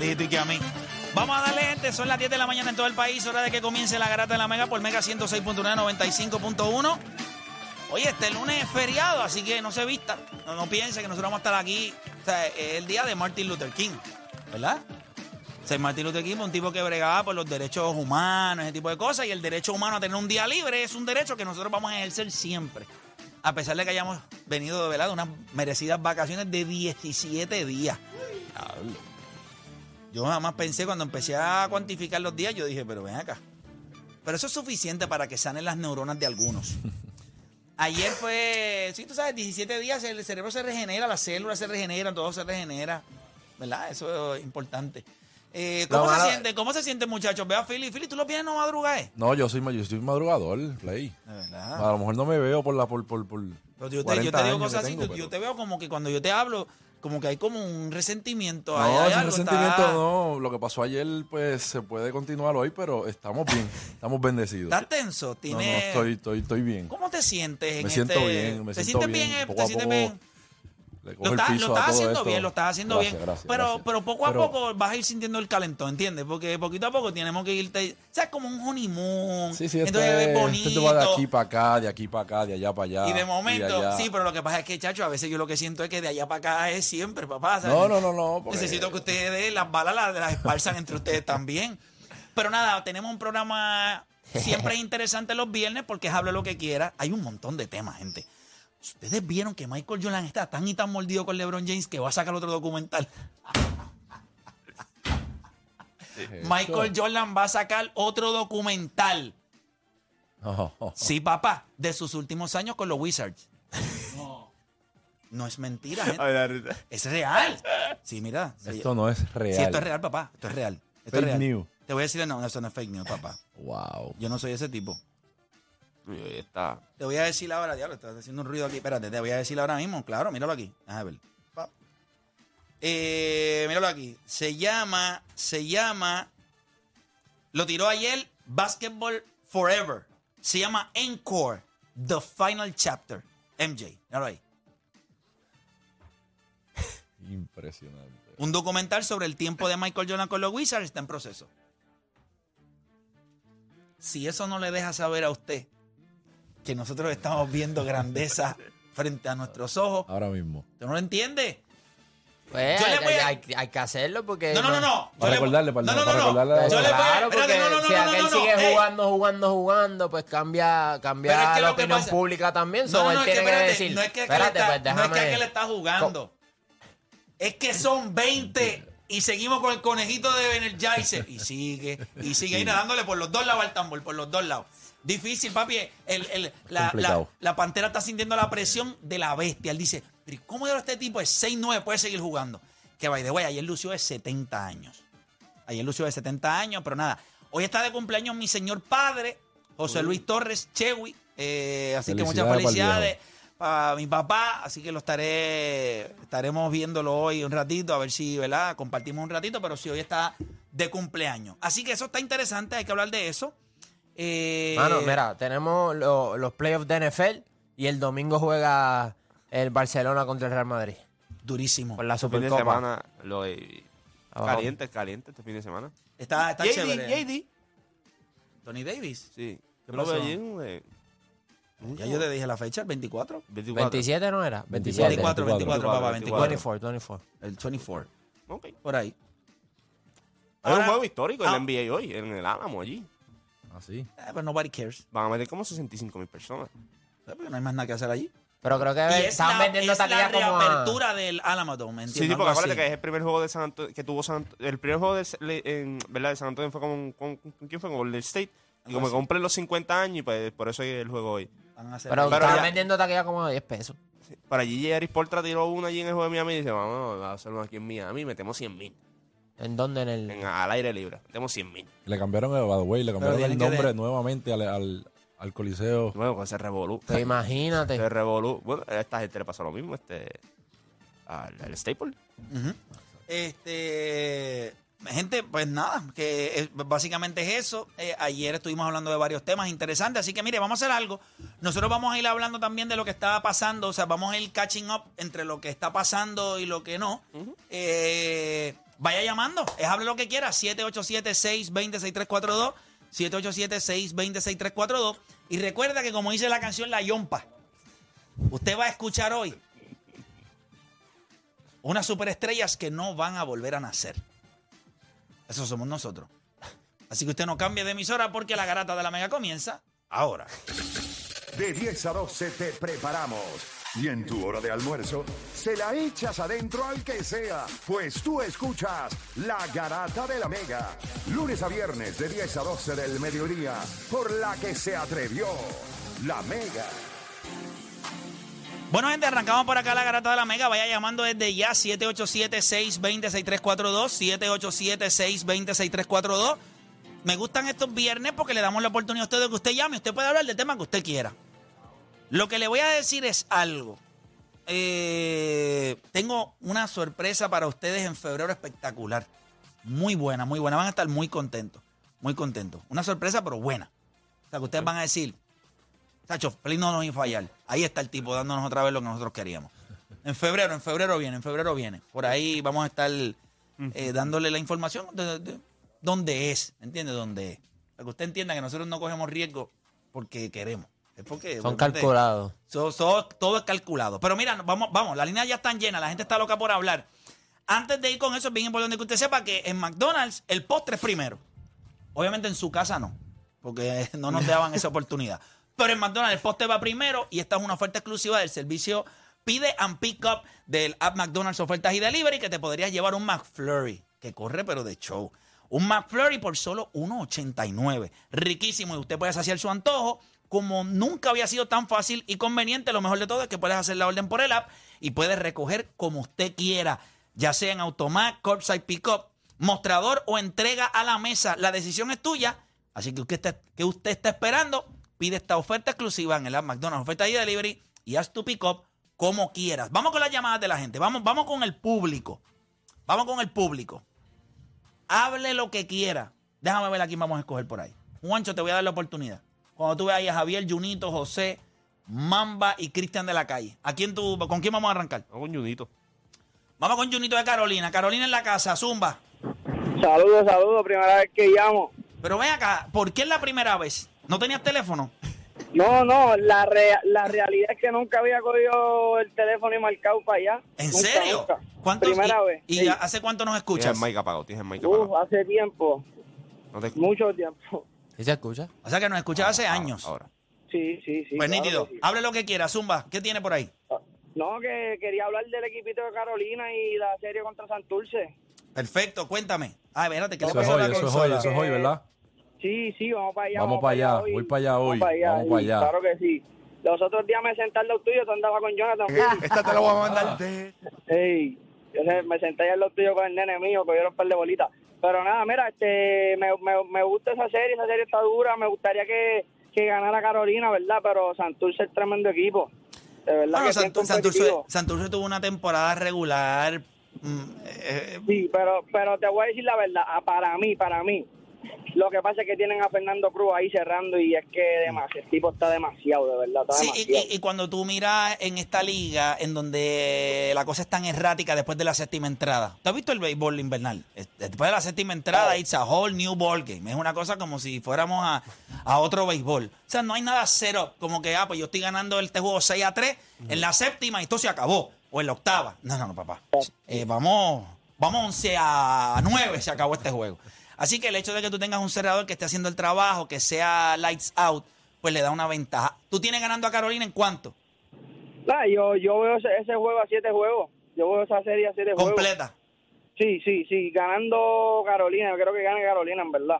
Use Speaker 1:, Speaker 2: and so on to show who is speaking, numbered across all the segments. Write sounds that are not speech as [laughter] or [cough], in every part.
Speaker 1: Dijiste que a mí.
Speaker 2: Vamos a darle, gente. Son las 10 de la mañana en todo el país. Hora de que comience la garata de la Mega por Mega 106.1, 95.1. Oye, este lunes es feriado, así que no se vista. No, no piense que nosotros vamos a estar aquí. O sea, es el día de Martin Luther King, ¿verdad? O sea, Martin Luther King fue un tipo que bregaba por los derechos humanos, ese tipo de cosas. Y el derecho humano a tener un día libre es un derecho que nosotros vamos a ejercer siempre. A pesar de que hayamos venido ¿verdad? de unas merecidas vacaciones de 17 días. Diablo. Yo nada más pensé cuando empecé a cuantificar los días, yo dije, pero ven acá. Pero eso es suficiente para que sanen las neuronas de
Speaker 3: [laughs]
Speaker 2: algunos. Ayer fue, sí, tú sabes, 17 días, el cerebro se regenera, las células se regeneran, todo se regenera. ¿Verdad? Eso es importante. Eh, ¿Cómo
Speaker 3: Lo
Speaker 2: se
Speaker 3: malo-
Speaker 2: sienten? ¿Cómo se sienten, muchachos? Ve a Philly. Philly, tú lo vienes no madrugar, ¿eh?
Speaker 3: No, yo soy, ma- yo soy madrugador, play.
Speaker 2: De verdad.
Speaker 3: A lo mejor no me veo por la por por por.
Speaker 2: Pero Ah. yo te, yo
Speaker 3: 40
Speaker 2: te digo
Speaker 3: años
Speaker 2: cosas
Speaker 3: que
Speaker 2: así,
Speaker 3: tengo,
Speaker 2: tú- yo
Speaker 3: pero-
Speaker 2: te veo como que cuando yo te hablo, como que hay como un resentimiento. ahí,
Speaker 3: No,
Speaker 2: hay
Speaker 3: ese
Speaker 2: algo, está-
Speaker 3: resentimiento no. Lo que pasó ayer, pues se puede continuar hoy, pero estamos bien, estamos bendecidos.
Speaker 2: ¿Estás tenso?
Speaker 3: No, no,
Speaker 2: ¿Tienes...
Speaker 3: estoy, estoy, estoy bien.
Speaker 2: ¿Cómo te sientes en
Speaker 3: Me siento
Speaker 2: este-
Speaker 3: bien, me
Speaker 2: ¿Te
Speaker 3: siento
Speaker 2: sientes
Speaker 3: bien.
Speaker 2: bien? eh?
Speaker 3: Poco
Speaker 2: ¿Te
Speaker 3: a
Speaker 2: sientes
Speaker 3: poco
Speaker 2: bien?
Speaker 3: Le cojo
Speaker 2: Lo
Speaker 3: el
Speaker 2: estás,
Speaker 3: piso
Speaker 2: lo
Speaker 3: a
Speaker 2: estás
Speaker 3: todo
Speaker 2: haciendo
Speaker 3: esto.
Speaker 2: bien, lo estás haciendo
Speaker 3: Gracias,
Speaker 2: bien.
Speaker 3: gracias,
Speaker 2: pero,
Speaker 3: gracias.
Speaker 2: pero poco a
Speaker 3: Pero-
Speaker 2: poco vas a ir sintiendo el calentón, ¿entiendes? Porque poquito a poco tenemos que irte. O sea, es como un honeymoon.
Speaker 3: Sí, sí, esto
Speaker 2: entonces
Speaker 3: es,
Speaker 2: es bonito.
Speaker 3: esto va de aquí para acá, de aquí para acá, de allá para allá.
Speaker 2: y de momento,
Speaker 3: allá.
Speaker 2: sí, pero lo que pasa es que, chacho, a veces yo lo que siento es que de allá para acá es siempre, papá. ¿sabes?
Speaker 3: No, no, no, no. porque-
Speaker 2: Necesito que
Speaker 3: [laughs]
Speaker 2: ustedes las balas las, las esparzan entre ustedes también. Pero nada, tenemos un programa siempre interesante los viernes porque es hable lo que quiera. Hay un montón de temas, gente. Ustedes vieron que Michael Jordan está tan y tan mordido con LeBron James que va a sacar otro documental. Michael Jordan va a sacar otro documental.
Speaker 3: No, [laughs] no.
Speaker 2: Sí, papá, de sus últimos años con los Wizards. No es mentira, gente. Es real. Sí, mira. sí.
Speaker 3: Esto no es real.
Speaker 2: Sí, esto es real, papá. Esto es real. Esto es
Speaker 3: Fake
Speaker 2: real.
Speaker 3: news.
Speaker 2: Te voy a decir, no, eso no es fake news, papá.
Speaker 3: Wow.
Speaker 2: Yo no soy ese tipo.
Speaker 1: Está.
Speaker 2: Te voy a decir ahora, diablo, estás haciendo un ruido aquí. Espérate, te voy a decir ahora mismo. Claro, míralo aquí. A ver. Pa. Eh, míralo aquí. Se llama, se llama. Lo tiró ayer Basketball Forever. Se llama Encore, The Final Chapter. MJ, míralo ahí.
Speaker 3: Impresionante.
Speaker 2: Un documental sobre el tiempo de Michael Jordan con los Wizards está en proceso. Si eso no le deja saber a usted que nosotros estamos viendo grandeza frente a nuestros ojos,
Speaker 3: Ahora mismo.
Speaker 2: ¿usted no lo entiende?
Speaker 1: Pues,
Speaker 2: Yo le
Speaker 1: hay,
Speaker 2: voy a-
Speaker 1: hay- hay que hacerlo porque. Pues,
Speaker 2: No, no, no, no. Yo
Speaker 3: Para
Speaker 2: le-
Speaker 3: recordarle, para-
Speaker 2: no, no, no,
Speaker 3: para
Speaker 2: no.
Speaker 3: recordarle a-
Speaker 2: Yo le voy a-
Speaker 1: Eh, claro,
Speaker 2: espérate,
Speaker 1: porque
Speaker 2: no, no, no,
Speaker 1: si
Speaker 2: no, no,
Speaker 1: aquel
Speaker 2: no,
Speaker 1: sigue
Speaker 2: ey.
Speaker 1: jugando, jugando, jugando, pues cambia, cambia
Speaker 2: Pero es que
Speaker 1: la
Speaker 2: lo que
Speaker 1: opinión
Speaker 2: pasa-
Speaker 1: pública también. so, él tiene que
Speaker 2: espérate,
Speaker 1: decir,
Speaker 2: no es que aquel
Speaker 1: espérate,
Speaker 2: está-
Speaker 1: pues
Speaker 2: no es
Speaker 1: déjame.
Speaker 2: que aquel está jugando. Es que son 20 y seguimos con el conejito de Energizer. Y sigue, y sigue ahí nadándole por los dos lados al tambor, por los dos lados. Difícil, papi. El- el- la, la,
Speaker 3: complicado.
Speaker 2: la pantera está sintiendo la presión de la bestia. Él dice, pero ¿y ¿cómo ahora este tipo de 6-9 puede seguir jugando? Que, by the way, ayer lució de 70 años. Ayer lució de 70 años, pero nada. Hoy está de cumpleaños mi señor padre, José Luis Torres Chewi. Eh, así que muchas
Speaker 3: Felicidades pa'l
Speaker 2: felicidades
Speaker 3: viejo.
Speaker 2: para mi papá. Así que lo estaré, estaremos viéndolo hoy un ratito, a ver si, ¿verdad? Compartimos un ratito, pero si hoy está de cumpleaños. Así que eso está interesante, hay que hablar de eso. Eh,
Speaker 1: Mano, Ah, mira, tenemos lo- los playoffs de NFL y el domingo juega el Barcelona contra el Real Madrid
Speaker 2: Durísimo.
Speaker 1: por la
Speaker 4: fin de
Speaker 1: Supercopa.
Speaker 4: semana lo eh,
Speaker 1: Abajo.
Speaker 4: caliente, caliente este fin de semana.
Speaker 2: Está, está chévere.
Speaker 4: JD,
Speaker 2: Tony Davis.
Speaker 4: sí.
Speaker 2: ¿Qué
Speaker 4: Yo lo
Speaker 2: pasó?
Speaker 4: veo allí en, eh,
Speaker 2: Ya yo te dije la fecha, el 24.
Speaker 4: 24.
Speaker 1: 27 no era, 27.
Speaker 2: 24, 24,
Speaker 3: 24,
Speaker 2: papá,
Speaker 4: 24.
Speaker 2: 24.
Speaker 1: 24, 24.
Speaker 2: El 24.
Speaker 4: Ok. Hay
Speaker 2: Por ahí.
Speaker 4: un
Speaker 2: Ahora-
Speaker 4: juego histórico en
Speaker 2: Ah.
Speaker 4: la NBA hoy, en el Álamo allí.
Speaker 3: Así.
Speaker 2: Eh, pero nobody cares.
Speaker 4: Van a meter como 65 mil personas.
Speaker 2: Eh, porque no hay más nada que hacer allí.
Speaker 1: Pero creo que
Speaker 2: Y Eh, es
Speaker 1: estaban
Speaker 2: la,
Speaker 1: vendiendo
Speaker 2: es la
Speaker 1: taquillas como a-
Speaker 2: reapertura del Alamadome,
Speaker 4: Sí, sí, porque acuérdate que es el primer juego de San Antonio, que tuvo San Anto- el primer juego de, le- en, ¿verdad? de San Antonio fue con, con, con- ¿quién fue? Con Golden State. Y
Speaker 2: Algo
Speaker 4: como
Speaker 2: así.
Speaker 4: que cumplen los 50 años y pues, por eso es el juego hoy.
Speaker 1: Pero,
Speaker 4: Pero
Speaker 1: estaban
Speaker 4: ya-
Speaker 1: vendiendo taquillas como a 10 pesos.
Speaker 4: Para allí Jerry Portra tiró una allí en el juego de Miami y dice, vamos, vamos a hacerlo aquí en Miami, metemos 100 mil.
Speaker 1: ¿En dónde? En el...
Speaker 4: En- Al aire libre, metemos 100 mil.
Speaker 3: Le cambiaron el by the way, le cambiaron
Speaker 2: tienen
Speaker 3: el
Speaker 2: que
Speaker 3: nombre
Speaker 2: de-
Speaker 3: nuevamente al, al, al coliseo.
Speaker 4: Luego con ese pues revolú.
Speaker 1: Pero imagínate.
Speaker 4: Se revolú. Bueno, a esta gente le pasó lo mismo, este. Al, al Staple.
Speaker 2: Este. Gente, pues nada, que es- básicamente es eso. Eh, ayer estuvimos hablando de varios temas interesantes, así que mire, vamos a hacer algo. Nosotros vamos a ir hablando también de lo que está pasando, o sea, vamos a ir catching up entre lo que está pasando y lo que no. Eh, Vaya llamando, es hable lo que quiera, 787-620-6342, 787-620-6342. Y recuerda que como dice la canción La Yompa, usted va a escuchar hoy unas superestrellas que no van a volver a nacer. Eso somos nosotros. Así que usted no cambie de emisora porque la garata de la mega comienza ahora.
Speaker 5: De 10 a 12 te preparamos. Y en tu hora de almuerzo, se la echas adentro al que sea, pues tú escuchas La Garata de la Mega, lunes a viernes de 10 a 12 del mediodía, por la que se atrevió La Mega.
Speaker 2: Bueno, gente, arrancamos por acá la garata de la Mega. Vaya llamando desde ya 787-620-6342. 787-620-6342. Me gustan estos viernes porque le damos la oportunidad a usted de que usted llame. Usted puede hablar del tema que usted quiera. Lo que le voy a decir es algo. Eh, tengo una sorpresa para ustedes en febrero espectacular. Muy buena, muy buena. Van a estar muy contentos. Muy contentos. Una sorpresa, pero buena. O sea, que ustedes van a decir, Sacho, Play no nos iba a fallar. Ahí está el tipo dándonos otra vez lo que nosotros queríamos. En febrero, en febrero viene, en febrero viene. Por ahí vamos a estar eh, dándole la información de, de- dónde es, ¿me entiende? Dónde es. Para que usted entienda que nosotros no cogemos riesgo porque queremos. Es porque
Speaker 1: Son
Speaker 2: obviamente,
Speaker 1: calculados.
Speaker 2: so- so- todo es calculado. Pero mira, vamos, vamos, las líneas ya están llenas, la gente está loca por hablar. Antes de ir con eso, es bien importante que usted sepa que en McDonald's el postre es primero. Obviamente en su casa no, porque [laughs] no nos daban esa oportunidad. Pero en McDonald's el postre va primero y esta es una oferta exclusiva del servicio Pide and Pick Up del app McDonald's Ofertas y Delivery que te podrías llevar un McFlurry, que corre pero de show. Un McFlurry por solo 1,89. Riquísimo y usted puede saciar su antojo. Como nunca había sido tan fácil y conveniente, lo mejor de todo es que puedes hacer la orden por el app y puedes recoger como usted quiera, ya sea en Automac, Curbside Pickup, mostrador o entrega a la mesa. La decisión es tuya. Así que usted está, que usted está esperando, pide esta oferta exclusiva en el app McDonald's, oferta y delivery y haz tu pick up como quieras. Vamos con las llamadas de la gente. Vamos, vamos con el público. Vamos con el público. Hable lo que quiera. Déjame ver a quién vamos a escoger por ahí. Juancho, te voy a dar la oportunidad. Cuando tú veas ahí a Javier, Junito, José, Mamba y Cristian de la calle. ¿A quién tú, ¿Con quién vamos a arrancar?
Speaker 4: Hago un yunito.
Speaker 2: Vamos con Junito de Carolina. Carolina en la casa, Zumba.
Speaker 6: Saludos, saludos, primera vez que llamo.
Speaker 2: Pero ven acá, ¿por qué es la primera vez? ¿No tenías teléfono?
Speaker 6: No, no, la, rea- la realidad es que nunca había cogido el teléfono y marcado para allá.
Speaker 2: ¿En
Speaker 6: Nunca,
Speaker 2: serio?
Speaker 6: nunca.
Speaker 2: ¿Cuántos-
Speaker 6: Primera
Speaker 2: y,
Speaker 6: vez.
Speaker 2: ¿Y
Speaker 6: Sí.
Speaker 2: hace cuánto nos
Speaker 4: Tienes
Speaker 2: escuchas?
Speaker 4: el mic apagado, tienes el mic
Speaker 6: Uf,
Speaker 4: apagado.
Speaker 6: hace tiempo,
Speaker 4: No te escucho.
Speaker 6: mucho tiempo. [laughs]
Speaker 1: ¿Sí se escucha?
Speaker 2: O sea que nos escuchas hace años.
Speaker 4: Ahora.
Speaker 6: Sí, sí, sí.
Speaker 2: pues
Speaker 6: claro
Speaker 2: nítido.
Speaker 6: que sí. Ah.
Speaker 2: Hable lo que quiera, Zumba. ¿Qué tiene por ahí?
Speaker 6: No, que quería hablar del equipito de Carolina y la serie contra Santurce.
Speaker 2: Perfecto, cuéntame. Ah, espérate, que le
Speaker 3: Eso es
Speaker 2: pasó a
Speaker 3: hoy,
Speaker 2: la
Speaker 3: eso es
Speaker 2: consola? Eh,
Speaker 3: hoy, eso es hoy, ¿verdad?
Speaker 6: Sí, sí, vamos para allá.
Speaker 3: Vamos para allá,
Speaker 6: hoy.
Speaker 3: voy para allá hoy,
Speaker 6: para
Speaker 3: vamos para
Speaker 6: y
Speaker 3: allá.
Speaker 6: Claro que sí. Los otros días me senté al lado tuyo, tú andabas con Jonathan.
Speaker 5: Esta te la voy a mandar
Speaker 6: Ey, yo sé, me senté allá en los tuyos con el nene mío, que yo un par de bolitas. Pero nada, mira, este, me, me, me gusta esa serie, esa serie está dura, me gustaría que, que ganara Carolina, ¿verdad? Pero Santurce es tremendo equipo, de verdad
Speaker 2: Bueno,
Speaker 6: que siempre
Speaker 2: Santur-
Speaker 6: un
Speaker 2: Santurce,
Speaker 6: competitivo.
Speaker 2: Santurce tuvo una temporada regular. mm, eh,
Speaker 6: Sí, pero, pero te voy a decir la verdad, ah, para mí, para mí, lo que pasa es que tienen a Fernando Cruz ahí cerrando y es que demasi- el tipo está demasiado, de verdad, está
Speaker 2: Sí, y,
Speaker 6: demasiado.
Speaker 2: y- y cuando tú miras en esta liga, en donde la cosa es tan errática después de la séptima entrada, ¿tú has visto el béisbol invernal? Es- Después de la séptima entrada, it's a whole new ball game. Es una cosa como si fuéramos a, a otro béisbol. O sea, no hay nada cero, como que, ah, pues yo estoy ganando este juego 6 a 3 en la séptima y esto se acabó, o en la octava. No, no, no, papá. Eh, vamos, vamos 11 a 9, se acabó este juego. Así que el hecho de que tú tengas un cerrador que esté haciendo el trabajo, que sea lights out, pues le da una ventaja. ¿Tú tienes ganando a Carolina en cuánto?
Speaker 6: Nah, yo, yo veo ese, ese juego a siete juegos, yo veo esa serie a siete juegos.
Speaker 2: Completa.
Speaker 6: Sí, sí, sí, ganando Carolina, yo creo que gane Carolina, en verdad.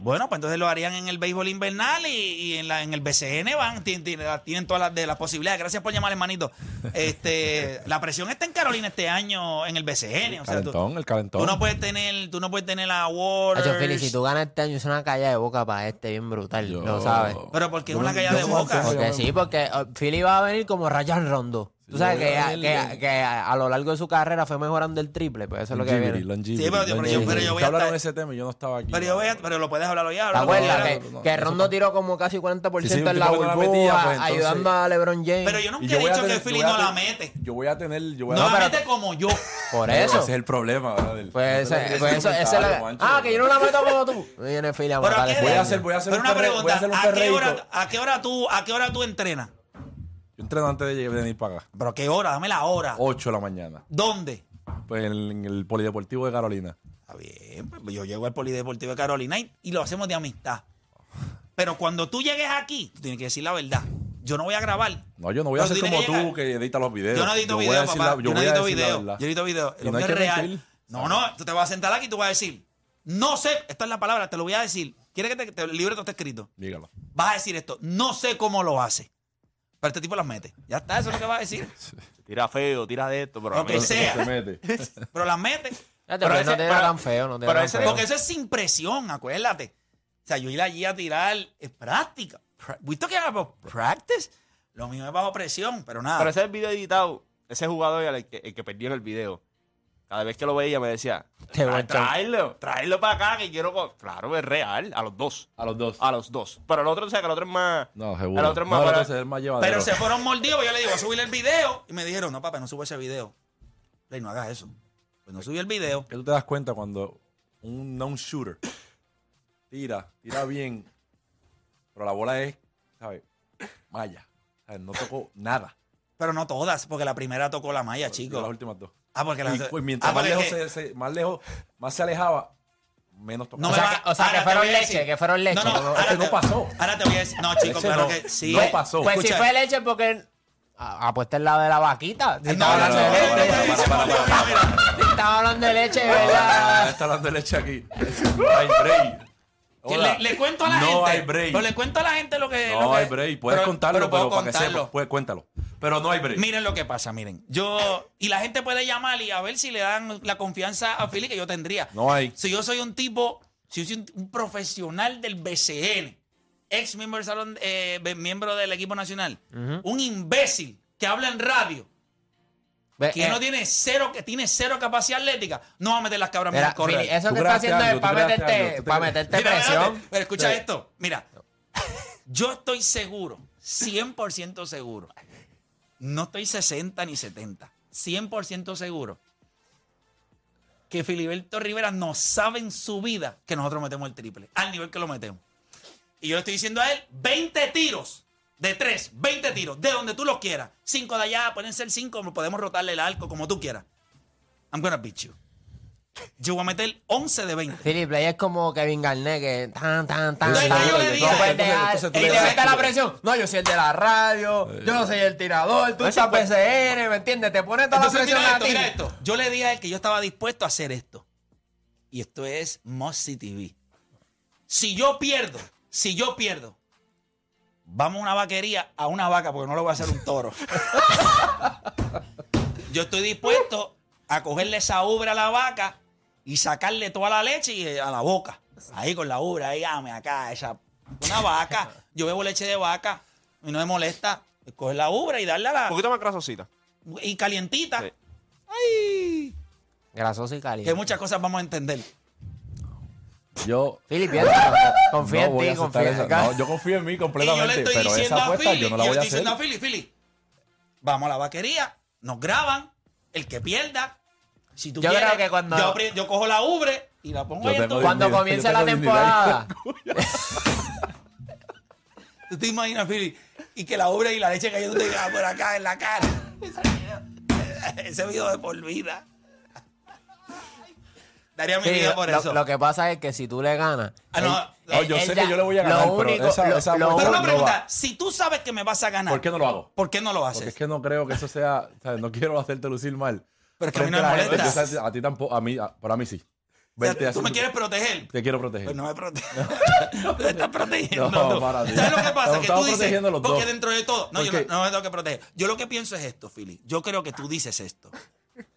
Speaker 2: Bueno, pues entonces lo harían en el béisbol invernal y, y en, la, en el BCN van, tien- tien- tienen, todas las de las posibilidades. Gracias por llamar, hermanito.
Speaker 3: [laughs]
Speaker 2: Este, la presión está en Carolina este año en el BCN. O sea, tú,
Speaker 3: Calentón, el calentón.
Speaker 2: tú no puedes tener, tú no puedes tener a
Speaker 1: Hacho, Fili,
Speaker 2: Waters.
Speaker 1: si tú ganas este año, es una calla de boca para este, bien brutal.
Speaker 3: Yo-
Speaker 1: Lo sabes.
Speaker 2: Pero porque es una
Speaker 3: Yo-
Speaker 2: calla de
Speaker 3: yo-
Speaker 2: boca.
Speaker 3: yo-
Speaker 1: oh, Porque sí, porque eh, Philly va a venir como Rayan Rondo. Tú sabes
Speaker 3: yo
Speaker 1: que,
Speaker 3: creo
Speaker 1: a,
Speaker 3: él-
Speaker 1: que, a- que a, a lo largo de su carrera fue mejorando el triple, pues eso es lo que
Speaker 3: Longevity,
Speaker 1: viene.
Speaker 3: longevity,
Speaker 2: Sí, pero- pero yo-
Speaker 3: longevity.
Speaker 2: pero yo voy
Speaker 3: Te
Speaker 2: a
Speaker 3: hablaron
Speaker 2: estar-
Speaker 3: ese tema y yo no estaba aquí.
Speaker 2: Pero, yo voy a- pero lo puedes hablar hoy,
Speaker 1: ¿Te
Speaker 2: habla lo que
Speaker 1: acuerdas
Speaker 2: quieras.
Speaker 1: que,
Speaker 3: no, no,
Speaker 1: que
Speaker 3: eso
Speaker 1: Rondo tiró como casi 40%
Speaker 3: Sí, sí, un
Speaker 1: en la
Speaker 3: tipo que no la
Speaker 1: burbuja,
Speaker 3: metía, pues, entonces-
Speaker 1: ayudando a LeBron James?
Speaker 2: Pero yo nunca
Speaker 3: Y
Speaker 2: he
Speaker 3: voy a
Speaker 2: dicho que
Speaker 3: tener-
Speaker 2: Philly
Speaker 3: yo voy
Speaker 2: no
Speaker 3: a
Speaker 2: la
Speaker 3: tener-
Speaker 2: mete.
Speaker 3: Yo voy a tener. Yo voy a
Speaker 2: No la
Speaker 3: tener-
Speaker 2: mete como yo.
Speaker 1: Por
Speaker 3: Pero
Speaker 1: eso.
Speaker 3: Ese es el problema, brother.
Speaker 1: Pues,
Speaker 3: No te
Speaker 1: ese-
Speaker 3: rías
Speaker 1: pues
Speaker 3: de
Speaker 1: eso,
Speaker 3: mi
Speaker 1: esa es la-
Speaker 3: comentario, Juancho.
Speaker 1: Ah, que yo no la meto como tú. Viene Philly a
Speaker 2: Pero ¿a
Speaker 1: matar
Speaker 2: qué
Speaker 1: ese
Speaker 3: Voy
Speaker 1: año.
Speaker 3: a hacer, voy a hacer
Speaker 2: Pero
Speaker 3: un
Speaker 2: una
Speaker 3: perre- voy a
Speaker 2: pregunta,
Speaker 3: hacer un
Speaker 2: ¿a qué,
Speaker 3: perreíto.
Speaker 2: hora, ¿a qué hora tú, a qué hora tú entrenas?
Speaker 3: Yo entreno antes de llegar- de venir para acá.
Speaker 2: Pero qué hora, dame la hora.
Speaker 3: 8 de la mañana.
Speaker 2: ¿Dónde?
Speaker 3: Pues en, en el Polideportivo de Carolina.
Speaker 2: Está bien, pues yo llego al Polideportivo de Carolina y, y lo hacemos de amistad. Pero cuando tú llegues aquí, tú tienes que decir la verdad. Yo no voy a grabar.
Speaker 3: No, yo no voy
Speaker 2: Pero
Speaker 3: a ser
Speaker 2: tienes
Speaker 3: como
Speaker 2: que llegar-
Speaker 3: tú que edita los videos.
Speaker 2: Yo no edito
Speaker 3: voy a
Speaker 2: video,
Speaker 3: decir
Speaker 2: papá.
Speaker 3: la-
Speaker 2: yo no
Speaker 3: voy a
Speaker 2: edito
Speaker 3: decir la
Speaker 2: video.
Speaker 3: verdad.
Speaker 2: Yo edito video.
Speaker 3: Y
Speaker 2: Lo
Speaker 3: no hay
Speaker 2: mío es
Speaker 3: que
Speaker 2: real.
Speaker 3: mentir.
Speaker 2: No, no, tú te vas a sentar aquí y tú vas a decir, no sé, esta es la palabra, te lo voy a decir. ¿Quieres que te, te- el libreto esté escrito?
Speaker 3: Dígalo.
Speaker 2: Vas a decir esto, no sé cómo lo hace. Pero este tipo las mete. Ya está, eso es lo que vas a
Speaker 4: [laughs]
Speaker 2: decir.
Speaker 4: Tira feo, tira de esto, pero.
Speaker 2: Lo que sea.
Speaker 3: Se mete.
Speaker 2: [laughs] Pero las mete.
Speaker 1: Fíjate,
Speaker 4: Pero
Speaker 1: porque
Speaker 4: ese-
Speaker 1: no tiene
Speaker 4: pero-
Speaker 1: tan feo, no tiene
Speaker 4: pero
Speaker 1: tan
Speaker 4: ese-
Speaker 1: feo.
Speaker 2: Porque eso es sin presión, acuérdate. O sea, yo ir allí a tirar es práctica. Pra- We talking about practice. Lo mío es bajo presión, pero nada.
Speaker 4: Pero ese es el video editado, ese jugador el que, el que perdió en el video. Cada vez que lo veía me decía,
Speaker 1: Te voy a
Speaker 4: "Tra-
Speaker 1: echar".
Speaker 4: tráelo, tráelo para acá que quiero... co-". Claro, es real, a los dos.
Speaker 3: A los
Speaker 2: Ah,
Speaker 3: dos.
Speaker 4: A los dos. Pero el otro, o sea, que el otro es más...
Speaker 3: No, seguro.
Speaker 4: El otro es
Speaker 3: no,
Speaker 4: más...
Speaker 3: el
Speaker 4: para-
Speaker 3: otro es el más llevadero.
Speaker 2: Pero se fueron mordidos. Yo le digo, a subir el video. Y me dijeron, no, papá, no subo ese video. Play, no hagas eso. Pues no subí el video.
Speaker 3: que tú te das cuenta cuando un non-shooter tira, tira bien, pero la bola es, ¿sabes? Malla. ¿Sabes? No tocó nada.
Speaker 2: Pero no todas, porque la primera tocó la malla,
Speaker 3: De las
Speaker 2: chicos.
Speaker 3: últimas dos.
Speaker 2: Ah, porque la.
Speaker 3: Y, pues, mientras
Speaker 2: ah,
Speaker 3: más,
Speaker 2: porque
Speaker 3: lejos
Speaker 2: es que-
Speaker 3: se, se- más lejos, más se alejaba, menos tocaba.
Speaker 2: no
Speaker 1: O
Speaker 2: me
Speaker 1: sea,
Speaker 2: va-
Speaker 1: que- o sea, que
Speaker 2: ahora te
Speaker 1: fueron
Speaker 2: voy a decir-
Speaker 1: leche, que fueron leche.
Speaker 2: No, no,
Speaker 1: No, no,
Speaker 2: ahora
Speaker 3: este no
Speaker 2: te-
Speaker 3: pasó.
Speaker 2: Ahora te voy a decir. No, chicos,
Speaker 3: Leche
Speaker 2: claro
Speaker 3: no,
Speaker 2: que sí.
Speaker 3: no pasó.
Speaker 1: Pues sí
Speaker 2: Escucha.
Speaker 1: fue leche porque a- apuesta el lado de la vaquita. Si
Speaker 2: No,
Speaker 1: estaba
Speaker 2: no, no,
Speaker 1: hablando
Speaker 2: no,
Speaker 1: de
Speaker 2: no,
Speaker 1: leche,
Speaker 2: no, no, no, no, no, no, no, no.
Speaker 1: si [laughs] estaba hablando de leche,
Speaker 3: Ah,
Speaker 1: ¿verdad?
Speaker 3: está hablando de leche aquí. No hay break.
Speaker 2: Que
Speaker 3: Hola.
Speaker 2: Le, le cuento a la
Speaker 3: no
Speaker 2: gente.
Speaker 3: hay break.
Speaker 2: Pero le cuento a la gente lo que. lo
Speaker 3: no
Speaker 2: que-
Speaker 3: hay break. Puedes
Speaker 2: pero-
Speaker 3: contarlo, pero,
Speaker 2: puedo
Speaker 3: para que
Speaker 2: contarlo.
Speaker 3: sepas, pues. puedes- cuéntalo. Pero no hay break.
Speaker 2: Miren lo que pasa, miren. Yo. Y la gente puede llamar y a ver si le dan la confianza a Philly que yo tendría.
Speaker 3: No hay.
Speaker 2: Si yo soy un tipo. Si yo soy un, un profesional del BCN. Ex miembro del, salón, eh, be- miembro del equipo nacional. Un imbécil que habla en radio.
Speaker 1: Ve,
Speaker 2: Que
Speaker 1: eh,
Speaker 2: no tiene cero, que tiene cero capacidad atlética, no va a meter las cabras en
Speaker 1: mira,
Speaker 2: el corral.
Speaker 1: Fili, eso
Speaker 3: Tú
Speaker 1: que está
Speaker 3: creaste
Speaker 1: haciendo
Speaker 3: algo,
Speaker 1: es
Speaker 3: tú
Speaker 1: para
Speaker 3: creaste algo,
Speaker 1: meterte,
Speaker 3: tú
Speaker 1: para
Speaker 3: creaste-
Speaker 1: meterte
Speaker 2: Mira,
Speaker 1: presión.
Speaker 2: espérate, pero escucha
Speaker 3: Sí.
Speaker 2: esto. Mira, yo estoy seguro, 100% seguro. No estoy 60 ni 70. 100% seguro que Filiberto Rivera no sabe en su vida que nosotros metemos el triple, al nivel que lo metemos. Y yo le estoy diciendo a él, 20 tiros de tres, 20 tiros, de donde tú los quieras. Cinco de allá, pueden ser cinco, podemos rotarle el arco como tú quieras. I'm gonna beat you. Yo voy a meter 11 de 20.
Speaker 1: Philly Play es como Kevin Garnett que tan, tan, tan,
Speaker 2: Entonces,
Speaker 1: tan.
Speaker 2: yo le
Speaker 1: No
Speaker 2: dije-
Speaker 1: puedes
Speaker 3: entonces,
Speaker 1: dejar-
Speaker 3: entonces tú
Speaker 1: y
Speaker 3: le
Speaker 1: te
Speaker 3: das- Eh.
Speaker 1: mete la presión. No, yo soy el de la radio, yo no soy el tirador, tú estás PCN, ¿me entiendes? Te pone toda la
Speaker 2: pues, Entonces,
Speaker 1: presión
Speaker 2: mira
Speaker 1: a
Speaker 2: esto,
Speaker 1: ti.
Speaker 2: mira esto. Yo le dije a él que yo estaba dispuesto a hacer esto. Y esto es Mossy TV. Si yo pierdo, si yo pierdo, vamos a una vaquería, a una vaca, porque no lo voy a hacer un toro. [laughs] yo estoy dispuesto a cogerle esa ubre a la vaca y sacarle toda la leche y eh, a la boca. Ahí con la ubre, ahí, ame acá, esa. Una vaca. Yo bebo leche de vaca y no me molesta coger la ubre y darle a la
Speaker 4: Un poquito más grasosita.
Speaker 2: y calientita.
Speaker 4: Sí.
Speaker 2: ¡Ay!
Speaker 1: Grasoso y
Speaker 2: Que
Speaker 1: caliente.
Speaker 2: muchas cosas vamos a entender.
Speaker 3: Yo
Speaker 2: [laughs]
Speaker 1: Philly, piénsalo. Confía
Speaker 3: no
Speaker 1: en
Speaker 3: voy a
Speaker 1: ti,
Speaker 3: aceptar
Speaker 1: confía
Speaker 3: esa-
Speaker 1: en ti.
Speaker 3: no, yo confío en mí
Speaker 2: Y yo le
Speaker 3: completamente,
Speaker 2: estoy
Speaker 3: pero
Speaker 2: diciendo
Speaker 3: esa
Speaker 2: a
Speaker 3: apuesta
Speaker 2: Philly,
Speaker 3: yo no
Speaker 2: y
Speaker 3: la
Speaker 2: yo
Speaker 3: voy a
Speaker 2: estoy
Speaker 3: hacer.
Speaker 2: diciendo a Philly, Philly, vamos a la vaquería, nos graban, el que pierda, si tú
Speaker 1: Yo
Speaker 2: quieres,
Speaker 1: creo que cuando-
Speaker 2: yo, abri- yo cojo la ubre y la pongo
Speaker 3: Yo
Speaker 2: ahí en
Speaker 3: tengo
Speaker 2: todo-
Speaker 1: Cuando
Speaker 3: Dios,
Speaker 1: comience
Speaker 3: yo
Speaker 1: la
Speaker 3: tengo dignidad.
Speaker 1: temporada.
Speaker 2: [laughs] ¿Tú te imaginas, Philly? Y que la ubre y la leche cayendo te diga por acá en la cara. [laughs] Ese video- Ese video de por vida. Daría mi
Speaker 1: Sí,
Speaker 2: vida por
Speaker 1: lo,
Speaker 2: eso.
Speaker 1: lo que pasa es que si tú le ganas.
Speaker 2: Ah, no,
Speaker 3: No, yo sé que yo le voy a ganar,
Speaker 1: lo
Speaker 3: pero
Speaker 1: único-
Speaker 3: esa,
Speaker 1: lo-
Speaker 3: esa
Speaker 1: lo
Speaker 2: Pero
Speaker 3: apuesta
Speaker 1: único-
Speaker 2: una
Speaker 3: no
Speaker 2: pregunta,
Speaker 3: va.
Speaker 2: si tú sabes que me vas a ganar,
Speaker 3: ¿Por qué no lo hago?
Speaker 2: ¿por qué no lo haces?
Speaker 3: Porque es que no creo que eso sea, o sea, no quiero hacerte lucir mal.
Speaker 2: Pero es que a mí no
Speaker 3: Frente
Speaker 2: me
Speaker 3: la gente,
Speaker 2: molesta.
Speaker 3: yo sé, a ti tampoco, a mí, a- pero a mí sí.
Speaker 2: O sea,
Speaker 3: Verte así,
Speaker 2: tú me quieres proteger.
Speaker 3: Te quiero proteger.
Speaker 2: Pues no me proteges. [laughs] Tú te estás protegiendo.
Speaker 3: No,
Speaker 2: tú.
Speaker 3: para ti.
Speaker 2: ¿Sabes lo que pasa? Que
Speaker 3: Estamos-
Speaker 2: tú
Speaker 3: estamos
Speaker 2: dices,
Speaker 3: protegiendo los
Speaker 2: porque
Speaker 3: dos.
Speaker 2: dentro de todo, no, yo no,
Speaker 3: Porque-
Speaker 2: no me tengo que proteger. Yo lo que pienso es esto, Philly. Yo creo que tú dices esto.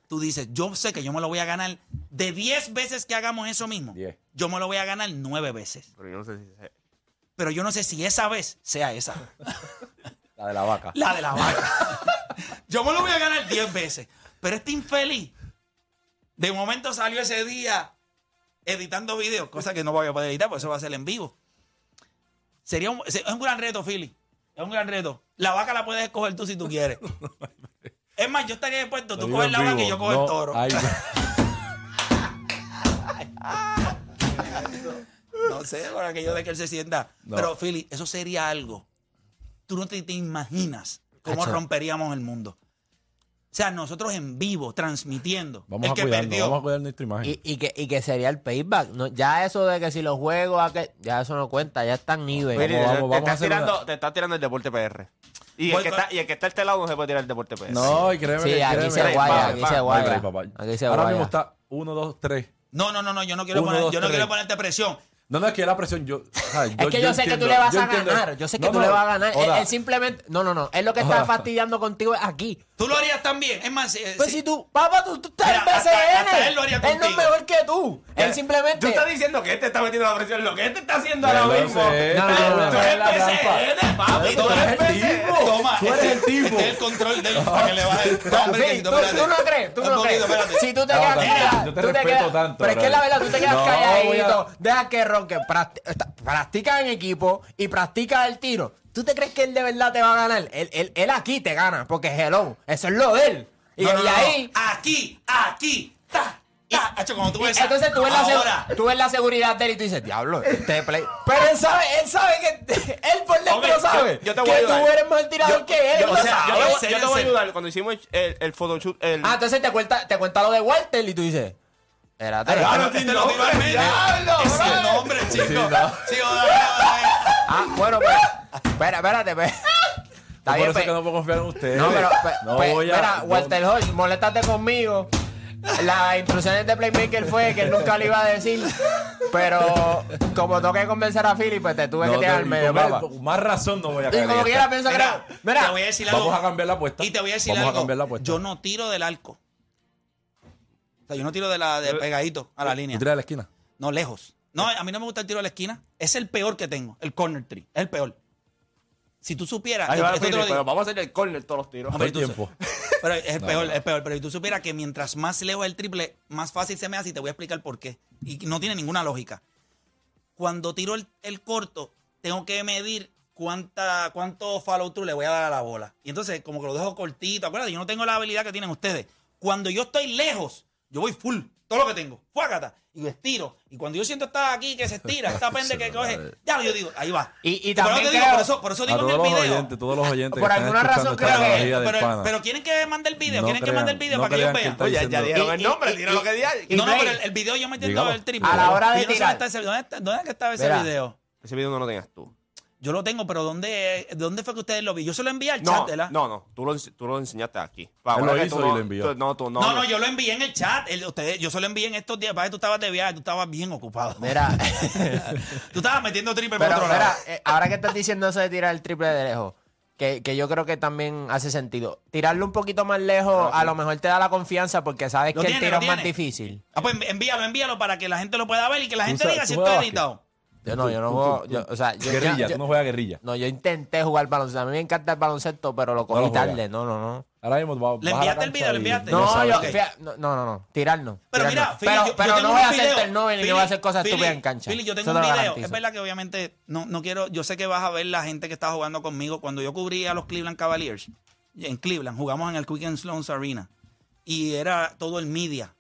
Speaker 2: Tú dices, yo sé que yo me lo voy a ganar de 10 veces que hagamos eso mismo.
Speaker 3: Diez.
Speaker 2: Yo me lo voy a ganar 9 veces.
Speaker 4: Pero yo no sé si... se-
Speaker 2: Pero yo no sé si esa vez sea esa,
Speaker 3: La Ah, de la vaca.
Speaker 2: la de la vaca. [laughs] Yo me lo voy a ganar 10 veces. Pero este infeliz, de momento salió ese día editando videos, cosa que no voy a poder editar, por eso va a ser en vivo. Sería un, es un gran reto, Philly. Es un gran reto. La vaca la puedes escoger tú si tú
Speaker 3: [laughs]
Speaker 2: quieres. Es más, yo estaría dispuesto, tú
Speaker 3: Lo
Speaker 2: coges
Speaker 3: digo
Speaker 2: la
Speaker 3: en
Speaker 2: vaca y
Speaker 3: vivo.
Speaker 2: yo cojo
Speaker 3: No,
Speaker 2: [laughs] el toro.
Speaker 3: ay,
Speaker 2: No sé, para que yo de que él se sienta.
Speaker 3: No.
Speaker 2: Pero, Philly, eso sería algo. Tú no te, te imaginas cómo
Speaker 1: Cacho.
Speaker 2: romperíamos el mundo. O sea, nosotros en vivo, transmitiendo.
Speaker 3: vamos
Speaker 2: el
Speaker 3: a
Speaker 2: que
Speaker 3: cuidar,
Speaker 2: perdió.
Speaker 3: vamos a cuidar nuestra imagen.
Speaker 1: Y, y que, y que sería el payback. No, ya eso de que si los juegos, a que- ya eso no cuenta, ya están nivel.
Speaker 4: Mira,
Speaker 3: Vamos, vamos,
Speaker 4: te- te,
Speaker 3: vamos a
Speaker 4: estás
Speaker 3: hacer
Speaker 4: tirando,
Speaker 3: una-
Speaker 4: te estás tirando el deporte PR. Y el,
Speaker 2: Voy
Speaker 4: que
Speaker 2: con-
Speaker 4: está, y el que está a este lado no se puede tirar el deporte PR.
Speaker 3: No, y créeme,
Speaker 1: Sí, aquí
Speaker 3: créeme.
Speaker 1: se guaya, aquí se
Speaker 3: Bye,
Speaker 1: guaya.
Speaker 3: bye, papá.
Speaker 1: Aquí se
Speaker 3: Ahora
Speaker 1: guaya.
Speaker 3: mismo está 1, 2, 3.
Speaker 2: No, no, no, no, yo no quiero,
Speaker 3: Uno,
Speaker 2: poner,
Speaker 3: dos,
Speaker 2: yo no
Speaker 3: tres.
Speaker 2: quiero ponerte presión.
Speaker 3: No, no, es que la presión yo. o sea,
Speaker 1: Es que yo, sé que
Speaker 3: entiendo,
Speaker 1: tú le vas
Speaker 3: yo
Speaker 1: a
Speaker 3: entiendo.
Speaker 1: ganar. Yo sé que
Speaker 3: No,
Speaker 1: tú
Speaker 3: no,
Speaker 1: le vas a ganar. Él,
Speaker 3: ahora,
Speaker 1: él simplemente. No, no, no. Él lo que
Speaker 3: Ahora.
Speaker 1: está fastidiando contigo es aquí.
Speaker 2: Tú lo harías también. Es más, eh, si-
Speaker 1: Pues
Speaker 2: si-
Speaker 1: si tú. Papá, tú, tú estás
Speaker 2: Mira,
Speaker 1: en
Speaker 2: hasta-
Speaker 1: BCN.
Speaker 2: hasta él lo haría
Speaker 1: no es
Speaker 2: contigo.
Speaker 1: mejor que tú.
Speaker 3: Eh,
Speaker 1: Él
Speaker 4: Tú
Speaker 1: simplemente.
Speaker 4: estás diciendo que este está metiendo la presión. Lo que este está haciendo
Speaker 3: Ya
Speaker 4: ahora
Speaker 3: lo
Speaker 4: mismo.
Speaker 3: sé.
Speaker 1: No, no, no,
Speaker 4: Tú
Speaker 1: no.
Speaker 4: eres
Speaker 3: La trampa.
Speaker 4: PCN, papi.
Speaker 3: Tú
Speaker 4: Tú
Speaker 3: eres
Speaker 4: eres
Speaker 3: el
Speaker 4: PCN.
Speaker 3: tipo.
Speaker 2: Toma,
Speaker 3: Tú eres
Speaker 2: este-
Speaker 3: el tipo.
Speaker 2: este es el control de él para que le baje. No, hombre,
Speaker 1: Sí,
Speaker 2: que-
Speaker 1: tú,
Speaker 2: espérate.
Speaker 1: tú no crees, tú
Speaker 2: Estás
Speaker 1: no crees.
Speaker 2: dolido, espérate.
Speaker 1: Si tú te
Speaker 3: No,
Speaker 1: quedas
Speaker 3: tranquilo,
Speaker 1: callado,
Speaker 3: yo te
Speaker 1: tú
Speaker 3: respeto
Speaker 1: quedas-
Speaker 3: tanto,
Speaker 1: Pero es que
Speaker 3: brother.
Speaker 1: la verdad, tú te quedas
Speaker 3: No,
Speaker 1: calladito.
Speaker 3: voy
Speaker 1: Deja que ronque. practi- está- Practica en equipo y practica el tiro. ¿Tú te crees que él de verdad te va a ganar? Él, él- él aquí te gana, porque hello, eso es lo de él. Y,
Speaker 2: No, no,
Speaker 1: y
Speaker 2: no,
Speaker 1: ahí.
Speaker 2: no. Aquí, aquí, ta, ta. Hacho, cuando tú ves esa-
Speaker 1: Entonces tú ves, la,
Speaker 2: Ahora.
Speaker 1: seg- tú ves la seguridad de él y tú dices, diablo, este play. Pero él sabe, él sabe que. [laughs] Él por dentro
Speaker 4: Ok, yo-
Speaker 1: sabe.
Speaker 4: yo te voy a
Speaker 1: que tú
Speaker 4: ayudar.
Speaker 1: eres más tirador
Speaker 4: Yo-
Speaker 1: que él.
Speaker 4: yo-
Speaker 1: él
Speaker 4: o
Speaker 1: lo
Speaker 4: sea, yo
Speaker 1: sabe.
Speaker 4: te
Speaker 2: sabe.
Speaker 4: voy- Yo te voy a
Speaker 2: Serio,
Speaker 4: ayudar. Cuando hicimos el, el photoshoot, el,
Speaker 1: Ah, entonces te cuenta, te cuenta lo de Walter y tú dices, espérate.
Speaker 2: Este
Speaker 4: Claro,
Speaker 2: lo- este
Speaker 4: sin
Speaker 2: lo tiró al
Speaker 4: nombre,
Speaker 2: medio.
Speaker 4: diablo,
Speaker 2: Es sin
Speaker 4: brother.
Speaker 2: Este nombre, chico.
Speaker 3: Sí, no.
Speaker 2: Chico, dale, dale, dale.
Speaker 1: Ah, bueno, pues. Espera, espérate, pues. Está
Speaker 3: Por
Speaker 1: bien,
Speaker 3: eso
Speaker 1: pues.
Speaker 3: que no puedo confiar en ustedes.
Speaker 1: No, pero. pe-
Speaker 3: No
Speaker 1: pe-
Speaker 3: voy a-
Speaker 1: Mira,
Speaker 3: no-
Speaker 1: Walter Hodge, moléstate conmigo. Las instrucciones de Playmaker fue que él nunca le iba a decir. Pero como tengo que convencer a Philly, pues te tuve
Speaker 3: no,
Speaker 1: que tirar al
Speaker 3: y
Speaker 1: medio,
Speaker 3: con-
Speaker 1: papá.
Speaker 3: Más razón no voy a
Speaker 1: Y
Speaker 3: caer.
Speaker 1: como
Speaker 3: en
Speaker 1: quiera
Speaker 3: esta.
Speaker 1: pienso que
Speaker 2: Mira,
Speaker 1: era- Mira,
Speaker 2: te voy a decir algo.
Speaker 3: Vamos a cambiar la apuesta.
Speaker 2: Y te voy a decir
Speaker 3: Vamos
Speaker 2: algo.
Speaker 3: a cambiar la apuesta.
Speaker 2: Yo no tiro del arco. O sea, yo no tiro de la de pegadito a la línea.
Speaker 3: Tú tiras de la esquina.
Speaker 2: No, lejos. No, a mí no me gusta el tiro de la esquina. Es el peor que tengo, el corner tree. Es el peor. Si tú supieras.
Speaker 4: Ahí
Speaker 2: esto-
Speaker 4: va el
Speaker 2: esto te
Speaker 4: Philly,
Speaker 2: lo digo.
Speaker 4: pero vamos a hacer el corner todos los tiros.
Speaker 2: Hombre,
Speaker 3: Todo el
Speaker 2: tú-
Speaker 3: tiempo.
Speaker 2: Pero es el
Speaker 3: No,
Speaker 2: peor,
Speaker 3: no.
Speaker 2: es peor. Pero si tú supieras que mientras más lejos el triple, más fácil se me hace y te voy a explicar por qué. Y no tiene ninguna lógica. Cuando tiro el, el corto, tengo que medir cuánta, cuánto follow through le voy a dar a la bola. Y entonces, como que lo dejo cortito, acuérdate, yo no tengo la habilidad que tienen ustedes. Cuando yo estoy lejos, yo voy full, todo lo que tengo, fuácata, y lo estiro. Y cuando yo siento esta aquí que se estira,
Speaker 3: [laughs]
Speaker 2: esta pende que coge, ya yo digo, ahí va.
Speaker 1: Y- y
Speaker 2: Pero
Speaker 1: también
Speaker 2: te digo,
Speaker 1: creo-
Speaker 2: por eso, por eso
Speaker 3: A
Speaker 2: digo en
Speaker 3: todos
Speaker 2: el
Speaker 3: los
Speaker 2: video.
Speaker 3: oyentes, todos los oyentes.
Speaker 1: Por
Speaker 3: que están
Speaker 1: alguna razón
Speaker 3: escuchando esta
Speaker 1: creo que-
Speaker 3: analogía del
Speaker 2: pero,
Speaker 3: pana.
Speaker 2: pero quieren que mande el video,
Speaker 3: No
Speaker 2: quieren que
Speaker 3: crean,
Speaker 2: mande el video
Speaker 3: no
Speaker 2: para que ellos
Speaker 3: crean que
Speaker 2: vean.
Speaker 3: está
Speaker 4: Oye, ya
Speaker 3: diciendo-
Speaker 4: dieron el
Speaker 1: Y-
Speaker 4: nombre,
Speaker 1: y-
Speaker 4: tira lo que di ahí.
Speaker 2: No, no,
Speaker 1: Play.
Speaker 2: pero el, el video yo metiendo
Speaker 3: Dígalo.
Speaker 2: el triple.
Speaker 1: A la hora de
Speaker 2: Yo no sé
Speaker 1: tirar.
Speaker 2: dónde, está ese- dónde está- dónde es que estaba ese
Speaker 1: Mira.
Speaker 2: video?
Speaker 4: Ese video no lo tenías tú.
Speaker 2: Yo lo tengo, pero ¿dónde, ¿dónde fue que ustedes lo vi? Yo se lo envié al
Speaker 4: No,
Speaker 2: chat, ¿verdad?
Speaker 4: no, no. Tú lo, ens- tú lo enseñaste aquí.
Speaker 3: Él
Speaker 4: ahora
Speaker 3: lo
Speaker 4: que tú
Speaker 3: hizo y
Speaker 4: no-
Speaker 3: lo envió.
Speaker 4: tú- no, tú no.
Speaker 2: No, no, yo lo envié en el chat. El- ustedes, yo se lo envié en estos días. Para que tú estabas de viaje, tú estabas bien ocupado.
Speaker 1: Mira.
Speaker 2: [laughs] Tú estabas metiendo [laughs] triple por
Speaker 1: Pero,
Speaker 2: otro
Speaker 1: mira,
Speaker 2: lado.
Speaker 1: eh, ahora que estás diciendo eso de tirar el triple de lejos, que, que yo creo que también hace sentido. Tirarlo un poquito más lejos a lo mejor te da la confianza porque sabes
Speaker 2: Lo
Speaker 1: que el
Speaker 2: tiene,
Speaker 1: tiro
Speaker 2: lo
Speaker 1: es más
Speaker 2: tiene.
Speaker 1: difícil.
Speaker 2: Ah, pues envíalo, envíalo para que la gente lo pueda ver y que la gente
Speaker 3: sa-
Speaker 2: diga
Speaker 3: tú
Speaker 2: si
Speaker 3: juegas
Speaker 2: esto es
Speaker 3: básquet.
Speaker 2: editado.
Speaker 1: Yo no,
Speaker 3: Tú-
Speaker 1: yo
Speaker 3: tú-
Speaker 1: no juego.
Speaker 3: tú-
Speaker 1: yo- o sea, yo,
Speaker 3: Guerrilla,
Speaker 1: yo-
Speaker 3: tú no juegas guerrilla.
Speaker 1: no, yo intenté jugar baloncesto. A mí me encanta el baloncesto, pero lo cogí
Speaker 3: lo juegas.
Speaker 1: tarde. No, no, no.
Speaker 3: Ahora mismo va-
Speaker 2: ¿Le
Speaker 3: vas a
Speaker 2: enviaste
Speaker 3: la
Speaker 2: el
Speaker 3: cancha
Speaker 2: video? ¿Le
Speaker 3: y-
Speaker 2: enviaste?
Speaker 3: y
Speaker 1: No,
Speaker 3: sabes.
Speaker 1: yo,
Speaker 2: ok.
Speaker 1: fíjate, no, no, no, no, tirarnos.
Speaker 2: Pero mira, Philly,
Speaker 1: pero,
Speaker 2: yo- yo
Speaker 1: pero
Speaker 2: tengo
Speaker 1: no voy a
Speaker 2: unos
Speaker 1: hacer
Speaker 2: videos.
Speaker 1: el novel ni
Speaker 2: Philly,
Speaker 1: no voy a hacer cosas
Speaker 2: Philly,
Speaker 1: estúpidas en cancha.
Speaker 2: Philly, yo
Speaker 1: Eso
Speaker 2: tengo
Speaker 1: te
Speaker 2: un
Speaker 1: lo
Speaker 2: video.
Speaker 1: garantizo.
Speaker 2: Es verdad que obviamente no, no quiero. Yo sé que vas a ver la gente que está jugando conmigo. Cuando yo cubría a los Cleveland Cavaliers en Cleveland, jugamos en el Quick and Sloan Arena y era todo el media.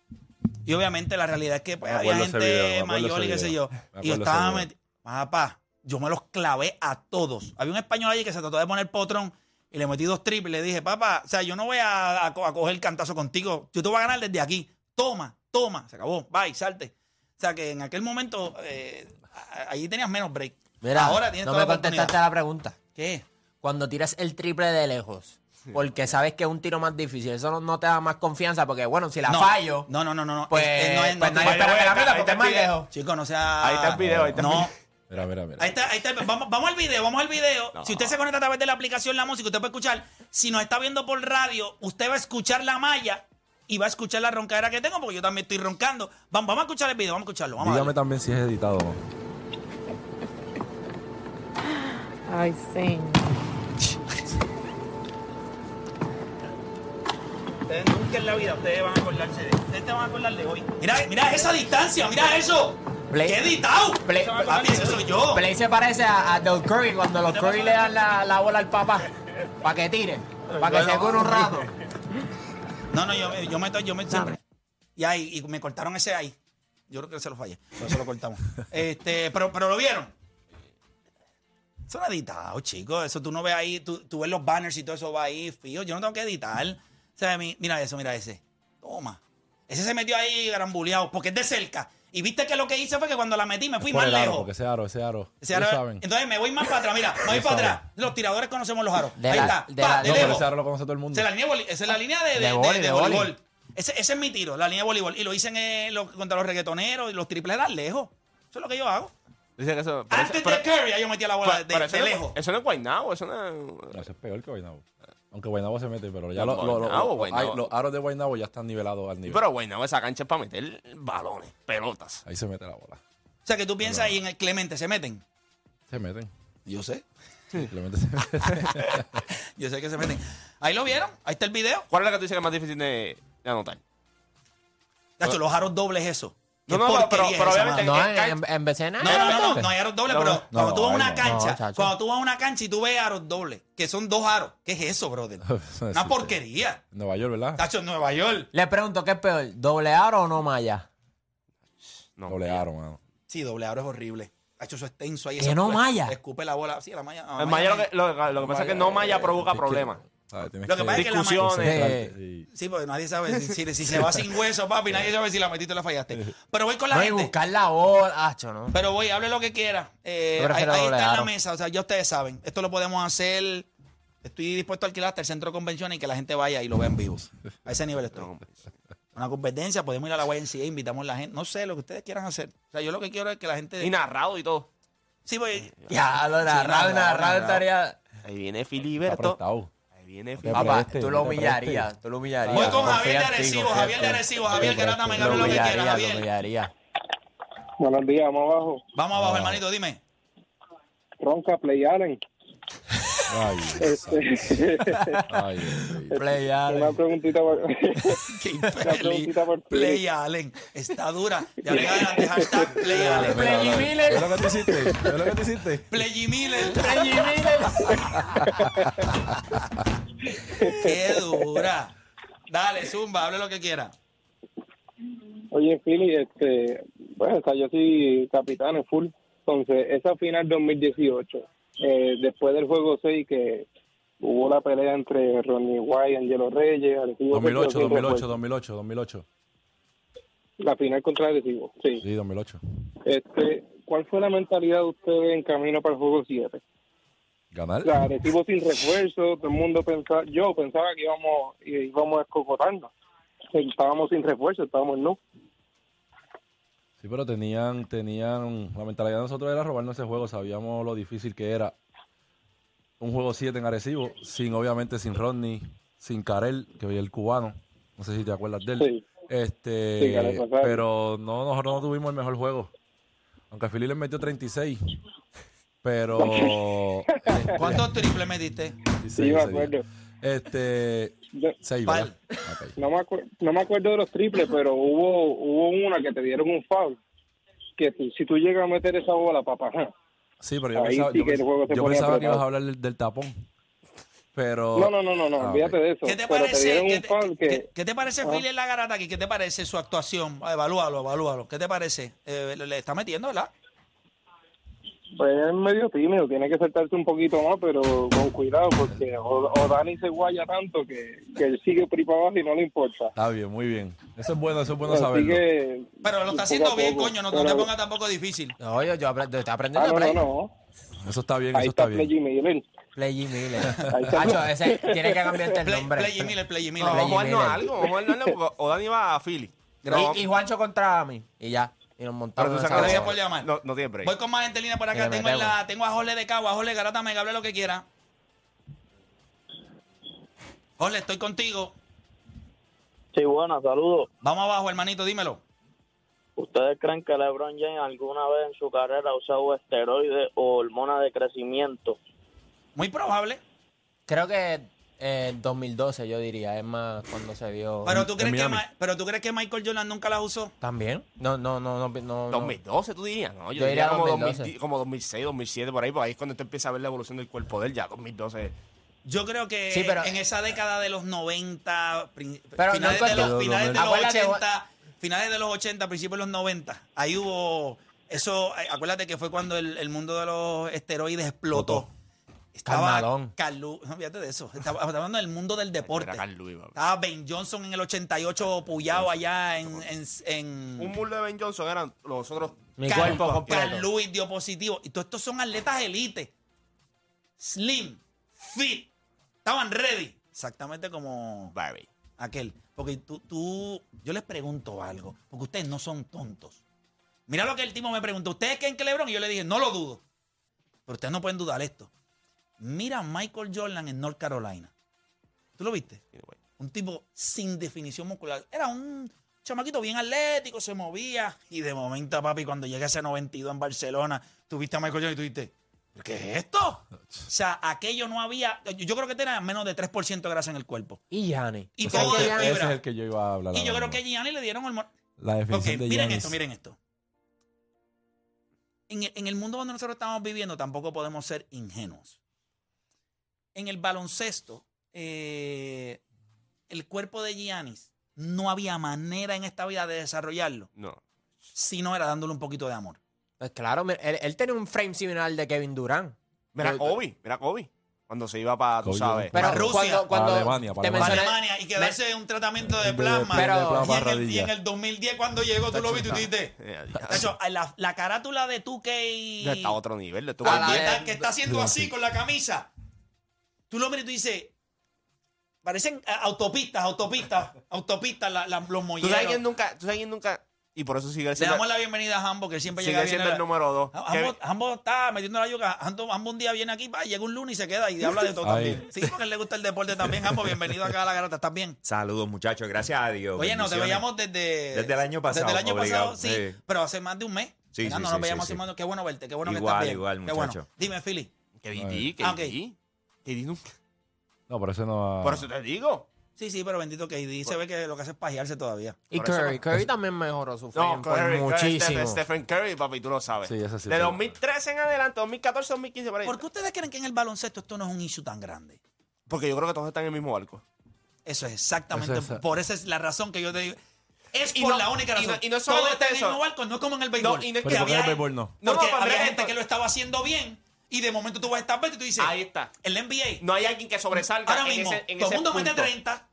Speaker 2: Y obviamente la realidad es que pues,
Speaker 3: Me
Speaker 2: había
Speaker 3: acuerdo ese
Speaker 2: gente
Speaker 3: video, me acuerdo
Speaker 2: mayor y
Speaker 3: ese
Speaker 2: qué sé yo.
Speaker 3: video. Me
Speaker 2: Y yo
Speaker 3: acuerdo
Speaker 2: estaba
Speaker 3: ese video.
Speaker 2: metido. Papá, yo me los clavé a todos. Había un español allí que se trató de poner potrón y le metí dos triples. Le dije, papá, o sea, yo no voy a, a co- a coger cantazo contigo. Yo te voy a ganar desde aquí. Toma, toma. Se acabó. Bye, salte. O sea, que en aquel momento eh, a- ahí tenías menos break.
Speaker 1: Mira,
Speaker 2: Ahora tienes
Speaker 1: no
Speaker 2: toda
Speaker 1: me
Speaker 2: la oportunidad.
Speaker 1: contestaste a la pregunta.
Speaker 2: ¿Qué?
Speaker 1: cuando tiras el triple de lejos. Porque sabes que es un tiro más difícil. Eso no, no te da más confianza. Porque, bueno, si la
Speaker 2: No.
Speaker 1: fallo,
Speaker 2: No, no, no, no. no.
Speaker 1: pues,
Speaker 2: Es- es- no es- no
Speaker 1: pues
Speaker 2: te-
Speaker 1: nadie espera que la pues,
Speaker 4: ahí
Speaker 1: meta
Speaker 4: te
Speaker 1: porque es más
Speaker 4: pide-
Speaker 1: lejos.
Speaker 2: Chico, no sea.
Speaker 4: Ahí está el video, ahí está el
Speaker 2: No.
Speaker 3: Mira, mira, mira.
Speaker 2: Ahí está, ahí está. Vamos, vamos al video, vamos al video. Si usted se conecta a través de la aplicación La Música, usted puede escuchar. Si nos está viendo por radio, usted va a escuchar la malla y va a escuchar la roncadera que tengo, porque yo también estoy roncando. Vamos, vamos a escuchar el video, vamos a escucharlo. Vamos a darle.
Speaker 3: Dígame también si es editado o no.
Speaker 7: Ay, señor.
Speaker 2: Ustedes nunca en la vida ustedes van a acordarse de Ustedes te van a acordar de hoy. Mira, mira esa distancia, mira eso.
Speaker 1: Play-
Speaker 2: ¡Qué editado!
Speaker 1: Play-
Speaker 2: Se van a acordar de eso, soy yo.
Speaker 1: Play se parece a, a Del Curry cuando los Curry le dan la, la bola al papá para que tire, para que se cure un rato.
Speaker 2: No, no, yo, yo me estoy,
Speaker 1: Ah,
Speaker 2: yo me siempre. Y ahí, y me cortaron ese ahí. Yo creo que se lo fallé. Por eso lo cortamos. [laughs] este, pero, pero lo vieron. Eso no es editado, chicos. Eso tú no ves ahí, tú, tú ves los banners y todo eso va ahí, fío. Yo no tengo que editar. O sea, mi- mira eso, mira ese. Toma. Ese se metió ahí garambuleado, porque es de cerca. Y viste que lo que hice fue que cuando la metí me fui
Speaker 3: Por
Speaker 2: más
Speaker 3: el aro,
Speaker 2: lejos.
Speaker 3: porque ese aro, ese aro.
Speaker 2: Ese
Speaker 3: ya
Speaker 2: aro-
Speaker 3: saben.
Speaker 2: entonces me voy más para atrás, mira, me voy
Speaker 3: Ya
Speaker 2: para
Speaker 3: saben.
Speaker 2: atrás. Los tiradores conocemos los aros.
Speaker 1: De
Speaker 2: ahí
Speaker 1: la-
Speaker 2: está.
Speaker 1: de
Speaker 2: Pa,
Speaker 1: la-
Speaker 2: de
Speaker 3: no, pero
Speaker 2: lejos.
Speaker 3: ese aro lo conoce todo el mundo.
Speaker 2: Esa es la línea, boli- esa es la línea de, de-
Speaker 1: De
Speaker 2: de-
Speaker 1: boli,
Speaker 2: de
Speaker 1: de boli.
Speaker 2: voleibol. Ese, ese es mi tiro, la línea de voleibol. Y lo hice en, eh, lo- contra los reggaetoneros y los tripleras lejos. Eso es lo que yo hago.
Speaker 4: Dice que eso. pero eso-
Speaker 2: Antes
Speaker 4: pero-
Speaker 2: de Curry, ya yo metía la bola
Speaker 4: pero-
Speaker 2: de,
Speaker 4: pero
Speaker 2: de
Speaker 4: eso no es-
Speaker 2: lejos.
Speaker 4: Eso no es Guaynabo, eso no es.
Speaker 3: No, eso es peor que Guaynabo. Aunque Guaynabo se mete, pero ya
Speaker 4: No,
Speaker 3: lo- lo- lo-
Speaker 4: Guaynabo,
Speaker 3: lo-
Speaker 4: Guaynabo.
Speaker 3: hay- los aros de Guaynabo ya están nivelados al nivel.
Speaker 4: Pero Guaynabo, esa cancha es para meter balones, pelotas.
Speaker 3: Ahí se mete la bola.
Speaker 2: O sea, que tú piensas ahí en el Clemente, se meten.
Speaker 3: Se meten.
Speaker 2: Yo sé.
Speaker 3: Simplemente se
Speaker 2: [laughs]
Speaker 3: meten.
Speaker 2: Yo sé que se meten. Ahí lo vieron, ahí está el video.
Speaker 4: ¿Cuál es la que tú dices que es más difícil de, de anotar?
Speaker 2: Nacho, los aros dobles eso.
Speaker 4: No,
Speaker 2: Qué
Speaker 4: no, no,
Speaker 2: porquería
Speaker 4: pero- pero
Speaker 2: es esa,
Speaker 4: obviamente-
Speaker 2: mano.
Speaker 1: No, en, en, en
Speaker 2: No,
Speaker 1: vecindario.
Speaker 2: no, no, no, no hay aros dobles,
Speaker 4: No,
Speaker 2: pero
Speaker 4: no.
Speaker 2: cuando tú vas a
Speaker 1: No,
Speaker 2: una
Speaker 1: no,
Speaker 2: cancha,
Speaker 1: chacho.
Speaker 2: cuando tú vas a una cancha y tú ves aros dobles, que son dos aros, ¿qué es eso, brother?
Speaker 3: Eso no
Speaker 2: Una
Speaker 3: existe.
Speaker 2: porquería.
Speaker 3: Nueva York, ¿verdad?
Speaker 2: Nacho, en Nueva York.
Speaker 1: Le pregunto, ¿qué es peor? ¿Doble aro o no malla?
Speaker 4: No.
Speaker 3: Doble aro, mano.
Speaker 2: Sí, doble aro es horrible. Ha hecho eso extenso ahí.
Speaker 1: Que
Speaker 2: eso
Speaker 1: no
Speaker 2: escupe-
Speaker 1: malla.
Speaker 2: Escupe la bola. Sí, la malla. la
Speaker 4: El
Speaker 2: malla
Speaker 4: Maya lo
Speaker 2: no-
Speaker 4: que, lo, lo que pasa es que no Maya provoca problemas.
Speaker 2: Lo que pasa es que la
Speaker 4: Discusiones.
Speaker 2: malla-
Speaker 3: concentrarte y-
Speaker 2: Sí, porque nadie sabe si, si- si se va sin hueso, papi. Nadie sabe si la metiste o la fallaste. Pero voy con la
Speaker 1: No, y
Speaker 2: gente.
Speaker 1: buscar la bola, hacho, ¿no?
Speaker 2: Pero voy, hable lo que quiera. Eh,
Speaker 1: Yo
Speaker 2: ahí
Speaker 1: prefiero
Speaker 2: ahí está en la
Speaker 1: doblegarlo.
Speaker 2: mesa. O sea, ya ustedes saben. Esto lo podemos hacer. Estoy dispuesto a alquilar hasta el centro de convenciones y que la gente vaya y lo vea en vivo. A ese nivel estoy. Una competencia, podemos ir a la YNCA, invitamos a la gente. No sé, lo que ustedes quieran hacer. O sea, yo lo que quiero es que la gente.
Speaker 4: Y narrado y todo.
Speaker 2: Sí, voy.
Speaker 1: Ya, lo narrado,
Speaker 2: Sí, narrado,
Speaker 1: narrado
Speaker 2: narrado.
Speaker 1: estaría...
Speaker 4: Ahí viene
Speaker 3: Está
Speaker 4: Filiberto.
Speaker 3: prestado.
Speaker 4: Ahí
Speaker 3: Te
Speaker 4: viene Filiberto.
Speaker 1: Papá,
Speaker 3: preste,
Speaker 2: este,
Speaker 1: tú
Speaker 3: no
Speaker 1: lo
Speaker 3: te
Speaker 1: humillarías,
Speaker 3: preste.
Speaker 1: tú lo humillarías.
Speaker 2: Voy con
Speaker 1: Confía
Speaker 2: Javier de
Speaker 1: en ti,
Speaker 2: Arecibo,
Speaker 1: confía
Speaker 2: Javier
Speaker 1: en
Speaker 2: de
Speaker 1: ti.
Speaker 2: Arecibo, Javier, que
Speaker 1: Lo
Speaker 2: no anda mega lo que
Speaker 1: humillaría,
Speaker 2: quiera,
Speaker 1: Lo
Speaker 2: Javier.
Speaker 1: humillaría.
Speaker 6: Buenos días, vamos abajo.
Speaker 2: Vamos abajo, hermanito, dime. [laughs]
Speaker 6: Ronca, Play Allen.
Speaker 2: [laughs]
Speaker 6: Este,
Speaker 3: Ay, Dios. Ay, Dios.
Speaker 6: Eh,
Speaker 1: Play, dale.
Speaker 6: [laughs] Una preguntita para... [laughs]
Speaker 2: Qué
Speaker 6: preguntita por
Speaker 2: infeliz.
Speaker 6: ti.
Speaker 2: Play Allen. Está dura. Ya le adelante. Hashtag Play Allen.
Speaker 1: Play
Speaker 3: Mira,
Speaker 1: Miller.
Speaker 3: ¿Qué es lo que tú hiciste? ¿Qué es lo que tú hiciste?
Speaker 2: Play Miller.
Speaker 1: Play, Miller.
Speaker 2: [laughs] Qué dura. Dale, Zumba, hable lo que quiera.
Speaker 6: Oye, Philly, este, bueno, o sea, yo soy capitán en full. Entonces, esa final 2018, eh, después del juego 6, que hubo la pelea entre Ronnie White, Angelo Reyes, Arecibo.
Speaker 3: 2008,
Speaker 6: Centro,
Speaker 3: 2008, 2008, 2008.
Speaker 6: pues, La final contra Arecibo, sí.
Speaker 3: Sí, 2008.
Speaker 6: Este, ¿Cuál fue la mentalidad de ustedes en camino para el juego 7?
Speaker 3: ¿Ganar?
Speaker 6: O sea, Arecibo sin refuerzo, todo el mundo pensaba, yo pensaba que íbamos, eh, íbamos a escocotarnos. Estábamos sin refuerzo, estábamos no.
Speaker 3: Sí, pero tenían, tenían, la mentalidad de nosotros era robarnos ese juego, sabíamos lo difícil que era un juego 7 en Arecibo, sin obviamente sin Rodney, sin Karel, que hoy es el cubano, no sé si te acuerdas de él.
Speaker 6: Sí.
Speaker 3: Este,
Speaker 6: Sí, Karel González.
Speaker 3: pero no, nosotros no tuvimos el mejor juego. Aunque Philly les metió 36,
Speaker 6: [laughs]
Speaker 3: pero
Speaker 2: ¿Cuántos triples metiste?
Speaker 6: Sí, me acuerdo.
Speaker 3: Este,
Speaker 6: Yo-
Speaker 3: seis,
Speaker 2: Pal.
Speaker 3: ¿verdad? Ok.
Speaker 6: No me, acuer- no me acuerdo de los triples, pero hubo hubo una que te dieron un foul. Que tú- si tú llegas a meter esa bola, papá. ajá.
Speaker 3: Sí, pero yo
Speaker 6: Ahí
Speaker 3: pensaba,
Speaker 6: sí
Speaker 3: yo
Speaker 6: que el
Speaker 3: pens-
Speaker 6: juego se
Speaker 3: yo
Speaker 6: ponía
Speaker 3: pensaba que
Speaker 6: apretado.
Speaker 3: ibas a hablar del, del tapón. Pero.
Speaker 6: No, no, no, no, no
Speaker 3: Ah,
Speaker 6: olvídate
Speaker 3: ok.
Speaker 6: de eso.
Speaker 2: ¿Qué te
Speaker 6: pero te
Speaker 2: parece?
Speaker 6: dieron
Speaker 2: ¿Qué
Speaker 6: un
Speaker 2: te,
Speaker 6: foul que. Ah.
Speaker 2: qué- qué te parece, Phil, en la garata aquí? ¿Qué te parece su actuación? Evalúalo, evalúalo. ¿Qué te parece? Eh, le- le está metiendo, ¿verdad?
Speaker 6: Pues es medio tímido, tiene que soltarse un poquito más, pero con cuidado, porque o, o Dani se guaya tanto que, que él sigue por ahí para abajo y no le importa.
Speaker 3: Está bien, muy bien. Eso es bueno, eso es bueno
Speaker 6: Así
Speaker 3: saberlo.
Speaker 6: que.
Speaker 2: Pero lo
Speaker 6: poco
Speaker 2: está
Speaker 6: a
Speaker 2: haciendo bien,
Speaker 6: poco,
Speaker 2: coño. No, no
Speaker 6: pero-
Speaker 2: te pongas tampoco difícil.
Speaker 1: No, yo, yo apre- yo estoy
Speaker 6: Ah,
Speaker 1: aprendiendo
Speaker 6: no,
Speaker 1: de Play.
Speaker 6: no, no.
Speaker 3: Eso está bien,
Speaker 6: Ahí
Speaker 3: eso
Speaker 6: está
Speaker 3: está bien.
Speaker 6: Play Miller.
Speaker 1: Play Miller.
Speaker 6: [laughs] Ahí está.
Speaker 1: Hacho, ese tiene que cambiarte el
Speaker 2: Play,
Speaker 1: nombre.
Speaker 2: Play Miller, Play
Speaker 4: No, vamos a
Speaker 2: Miller.
Speaker 1: Play-
Speaker 4: jugarnos
Speaker 1: Miller.
Speaker 4: algo, vamos a jugarnos algo, porque Odani va a Philly. No,
Speaker 1: Y, y Juancho contra mí. Y ya. Y nos montamos.
Speaker 4: pero tú
Speaker 1: en
Speaker 4: sacas-
Speaker 1: esa
Speaker 2: Gracias
Speaker 1: bola.
Speaker 2: por llamar.
Speaker 4: No, no tiene break.
Speaker 2: Voy con más gente en línea por acá.
Speaker 1: Que le
Speaker 2: Tengo, en la,
Speaker 1: metemos.
Speaker 2: tengo a Jorge de Cagua. Jorge Garata, me hable lo que quiera. Jorge, estoy contigo.
Speaker 7: Sí, buenas, saludos.
Speaker 2: Vamos abajo, hermanito, dímelo.
Speaker 7: ¿Ustedes creen que LeBron James alguna vez en su carrera ha usado esteroides o hormonas de crecimiento?
Speaker 2: Muy probable.
Speaker 1: Creo que eh, 2012, yo diría. Es más, cuando se vio.
Speaker 2: Pero tú, crees que
Speaker 3: Miami.
Speaker 2: Ma- pero tú crees que Michael Jordan nunca las usó.
Speaker 1: ¿También? No, no, no, no. no, no.
Speaker 4: 2012, tú dirías, ¿no? Yo,
Speaker 1: Yo
Speaker 4: diría
Speaker 1: diría
Speaker 4: como,
Speaker 1: 2012.
Speaker 4: 2000 como 2006, 2007, por ahí, por ahí es cuando tú empiezas a ver la evolución del cuerpo de él, ya 2012.
Speaker 2: Yo creo que
Speaker 1: Sí, pero-
Speaker 2: en esa década de los 90, prin-
Speaker 1: Pero
Speaker 2: finales,
Speaker 1: no
Speaker 2: de
Speaker 1: cuesta-
Speaker 2: los, finales de los
Speaker 1: Acuérdate,
Speaker 2: 80, finales de los 80, principios de los 90, ahí hubo eso, eh, acuérdate que fue cuando el, el mundo de los esteroides explotó. Estaba
Speaker 1: Carmalón.
Speaker 2: Carlu, no fíjate de eso, estaba, estaba hablando del mundo del deporte.
Speaker 4: Era Carl Lewis, papi.
Speaker 2: Estaba Ben Johnson en el 88 puyado allá en, en, en-
Speaker 4: Un mulo de Ben Johnson eran los otros.
Speaker 1: Mi
Speaker 2: Carl-
Speaker 1: cuerpo completo.
Speaker 2: Carl Lewis dio positivo. Y todos estos son atletas elite. Slim, fit. Estaban ready. Exactamente como
Speaker 4: Barry.
Speaker 2: aquel. Porque tú, tú, yo les pregunto algo. Porque ustedes no son tontos. Mira lo que el tipo me preguntó. ¿Ustedes creen que LeBron? Y yo le dije, no lo dudo. Pero ustedes no pueden dudar esto. Mira a Michael Jordan en North Carolina. ¿Tú lo viste? Un tipo sin definición muscular. Era un chamaquito bien atlético, se movía. Y de momento, papi, cuando llega ese 92 en Barcelona, tuviste a Michael Jordan y tú dijiste, "¿Pero ¿qué es esto? O sea, aquello no había. yo- Yo creo que tenía menos de 3% de grasa en el cuerpo.
Speaker 1: Y Gianni.
Speaker 2: Y
Speaker 3: O sea,
Speaker 2: todo de
Speaker 3: que ese es
Speaker 2: fibra.
Speaker 3: el que yo iba a hablar.
Speaker 2: Oh, Y yo
Speaker 3: ahora
Speaker 2: creo que a Gianni le dieron el. mo-
Speaker 3: mismo. La
Speaker 2: Ok,
Speaker 3: definición de
Speaker 2: miren
Speaker 3: Giannis.
Speaker 2: esto, miren esto. En el, en el mundo donde nosotros estamos viviendo tampoco podemos ser ingenuos. En el baloncesto, eh, el cuerpo de Giannis no había manera en esta vida de desarrollarlo
Speaker 4: No.
Speaker 2: si no era dándole un poquito de amor.
Speaker 1: Pues claro, mira, él, él tiene un frame similar al de Kevin Durant.
Speaker 4: Mira
Speaker 1: Pero-
Speaker 4: Kobe, mira Kobe. Cuando se iba para, tú
Speaker 3: Kobe Jordan.
Speaker 4: sabes. [laughs]
Speaker 1: Pero
Speaker 2: Para Rusia.
Speaker 1: cuando, cuando
Speaker 3: Para Alemania, para
Speaker 1: te
Speaker 2: Para
Speaker 3: Alemania.
Speaker 1: mencioné-
Speaker 2: Alemania y quedarse un tratamiento de
Speaker 3: De
Speaker 2: plasma.
Speaker 1: Pero-
Speaker 3: de plasma
Speaker 2: y, en el, y
Speaker 3: rodilla.
Speaker 2: en el 2010 cuando llegó, tú lo viste y tú dijiste...
Speaker 4: Eh,
Speaker 2: "Tacho, la, la carátula de 2K...
Speaker 4: ya está a otro nivel. De tu
Speaker 1: A la
Speaker 2: que,
Speaker 1: vez.
Speaker 2: está, que está haciendo así con la camisa. Tú lo miras y tú dices, parecen eh, autopistas, autopistas, autopistas la- la- los
Speaker 4: Tú sabes
Speaker 2: molleros.
Speaker 4: quién nunca, tú sabes quién nunca. Y por eso sigue
Speaker 2: Le
Speaker 4: siendo,
Speaker 2: damos la bienvenida a Ah, Hambo, que siempre llega
Speaker 4: sigue
Speaker 2: bien.
Speaker 4: siendo el número dos. Kevin-
Speaker 2: Hambo, Hambo está metiendo la yuca. Hambo, Hambo un día viene aquí, va, llega un lunes y se queda
Speaker 8: [laughs]
Speaker 2: y habla de todo
Speaker 3: Ay.
Speaker 2: también. Sí, porque a él le gusta el deporte también. Hambo, bienvenido acá a la garata, ¿estás bien?
Speaker 8: Saludos, muchachos. Gracias a Dios.
Speaker 2: Oye, no, te
Speaker 8: Bendiciones.
Speaker 2: veíamos desde...
Speaker 8: Desde el año pasado,
Speaker 2: Desde el año
Speaker 8: obligado,
Speaker 2: pasado, sí,
Speaker 8: sí.
Speaker 2: pero hace más de un mes.
Speaker 8: Sí,
Speaker 2: ¿verdad?
Speaker 8: sí,
Speaker 2: no nos
Speaker 8: sí, sí,
Speaker 2: veíamos
Speaker 8: sí.
Speaker 2: hace más de- Qué bueno verte, qué bueno
Speaker 8: Igual,
Speaker 2: que estás bien.
Speaker 8: igual,
Speaker 2: Qué bueno.
Speaker 8: muchacho.
Speaker 2: Dime, Philly.
Speaker 4: KD,
Speaker 2: Ah,
Speaker 4: KD. KD nunca.
Speaker 3: No, pero ese no va.
Speaker 4: Por eso te digo.
Speaker 2: Sí, sí, pero bendito KD se ve que lo que hace es pajearse todavía.
Speaker 1: Y
Speaker 4: Por eso-
Speaker 1: Curry. Curry también mejoró su frame.
Speaker 4: No,
Speaker 1: por
Speaker 4: Curry,
Speaker 2: este,
Speaker 4: Curry,
Speaker 1: muchísimo.
Speaker 4: Stephen, Stephen Curry, papi, tú lo sabes.
Speaker 3: pues, Sí, ese sí,
Speaker 4: de
Speaker 3: sí.
Speaker 4: 2013 en adelante, 2014, 2015, por ahí.
Speaker 2: ¿Por qué ustedes creen que en el baloncesto esto no es un issue tan grande?
Speaker 4: Porque yo creo que todos están en el mismo barco.
Speaker 2: Eso es exactamente.
Speaker 3: Eso es-
Speaker 2: Por esa es la razón que yo te digo. Es
Speaker 4: Y
Speaker 2: por
Speaker 4: no-
Speaker 2: la única
Speaker 4: y no-
Speaker 2: razón.
Speaker 4: y no es
Speaker 2: Todo
Speaker 4: solamente
Speaker 2: está en el
Speaker 4: eso.
Speaker 2: mismo barco, no es como en el béisbol.
Speaker 4: No, y no es
Speaker 2: Que
Speaker 3: Pero ¿por qué en el
Speaker 2: había-
Speaker 3: béisbol no?
Speaker 4: No,
Speaker 2: Porque
Speaker 4: no, pero
Speaker 2: había
Speaker 4: mira
Speaker 2: gente
Speaker 4: esto.
Speaker 2: que lo estaba haciendo bien y de momento tú vas a estar vete y tú dices.
Speaker 4: Ahí está.
Speaker 2: El NBA.
Speaker 4: No hay alguien que sobresalga
Speaker 2: Ahora
Speaker 4: en
Speaker 2: mismo,
Speaker 4: ese, en
Speaker 2: todo
Speaker 4: ese
Speaker 2: el mundo
Speaker 4: punto.
Speaker 2: mete 30.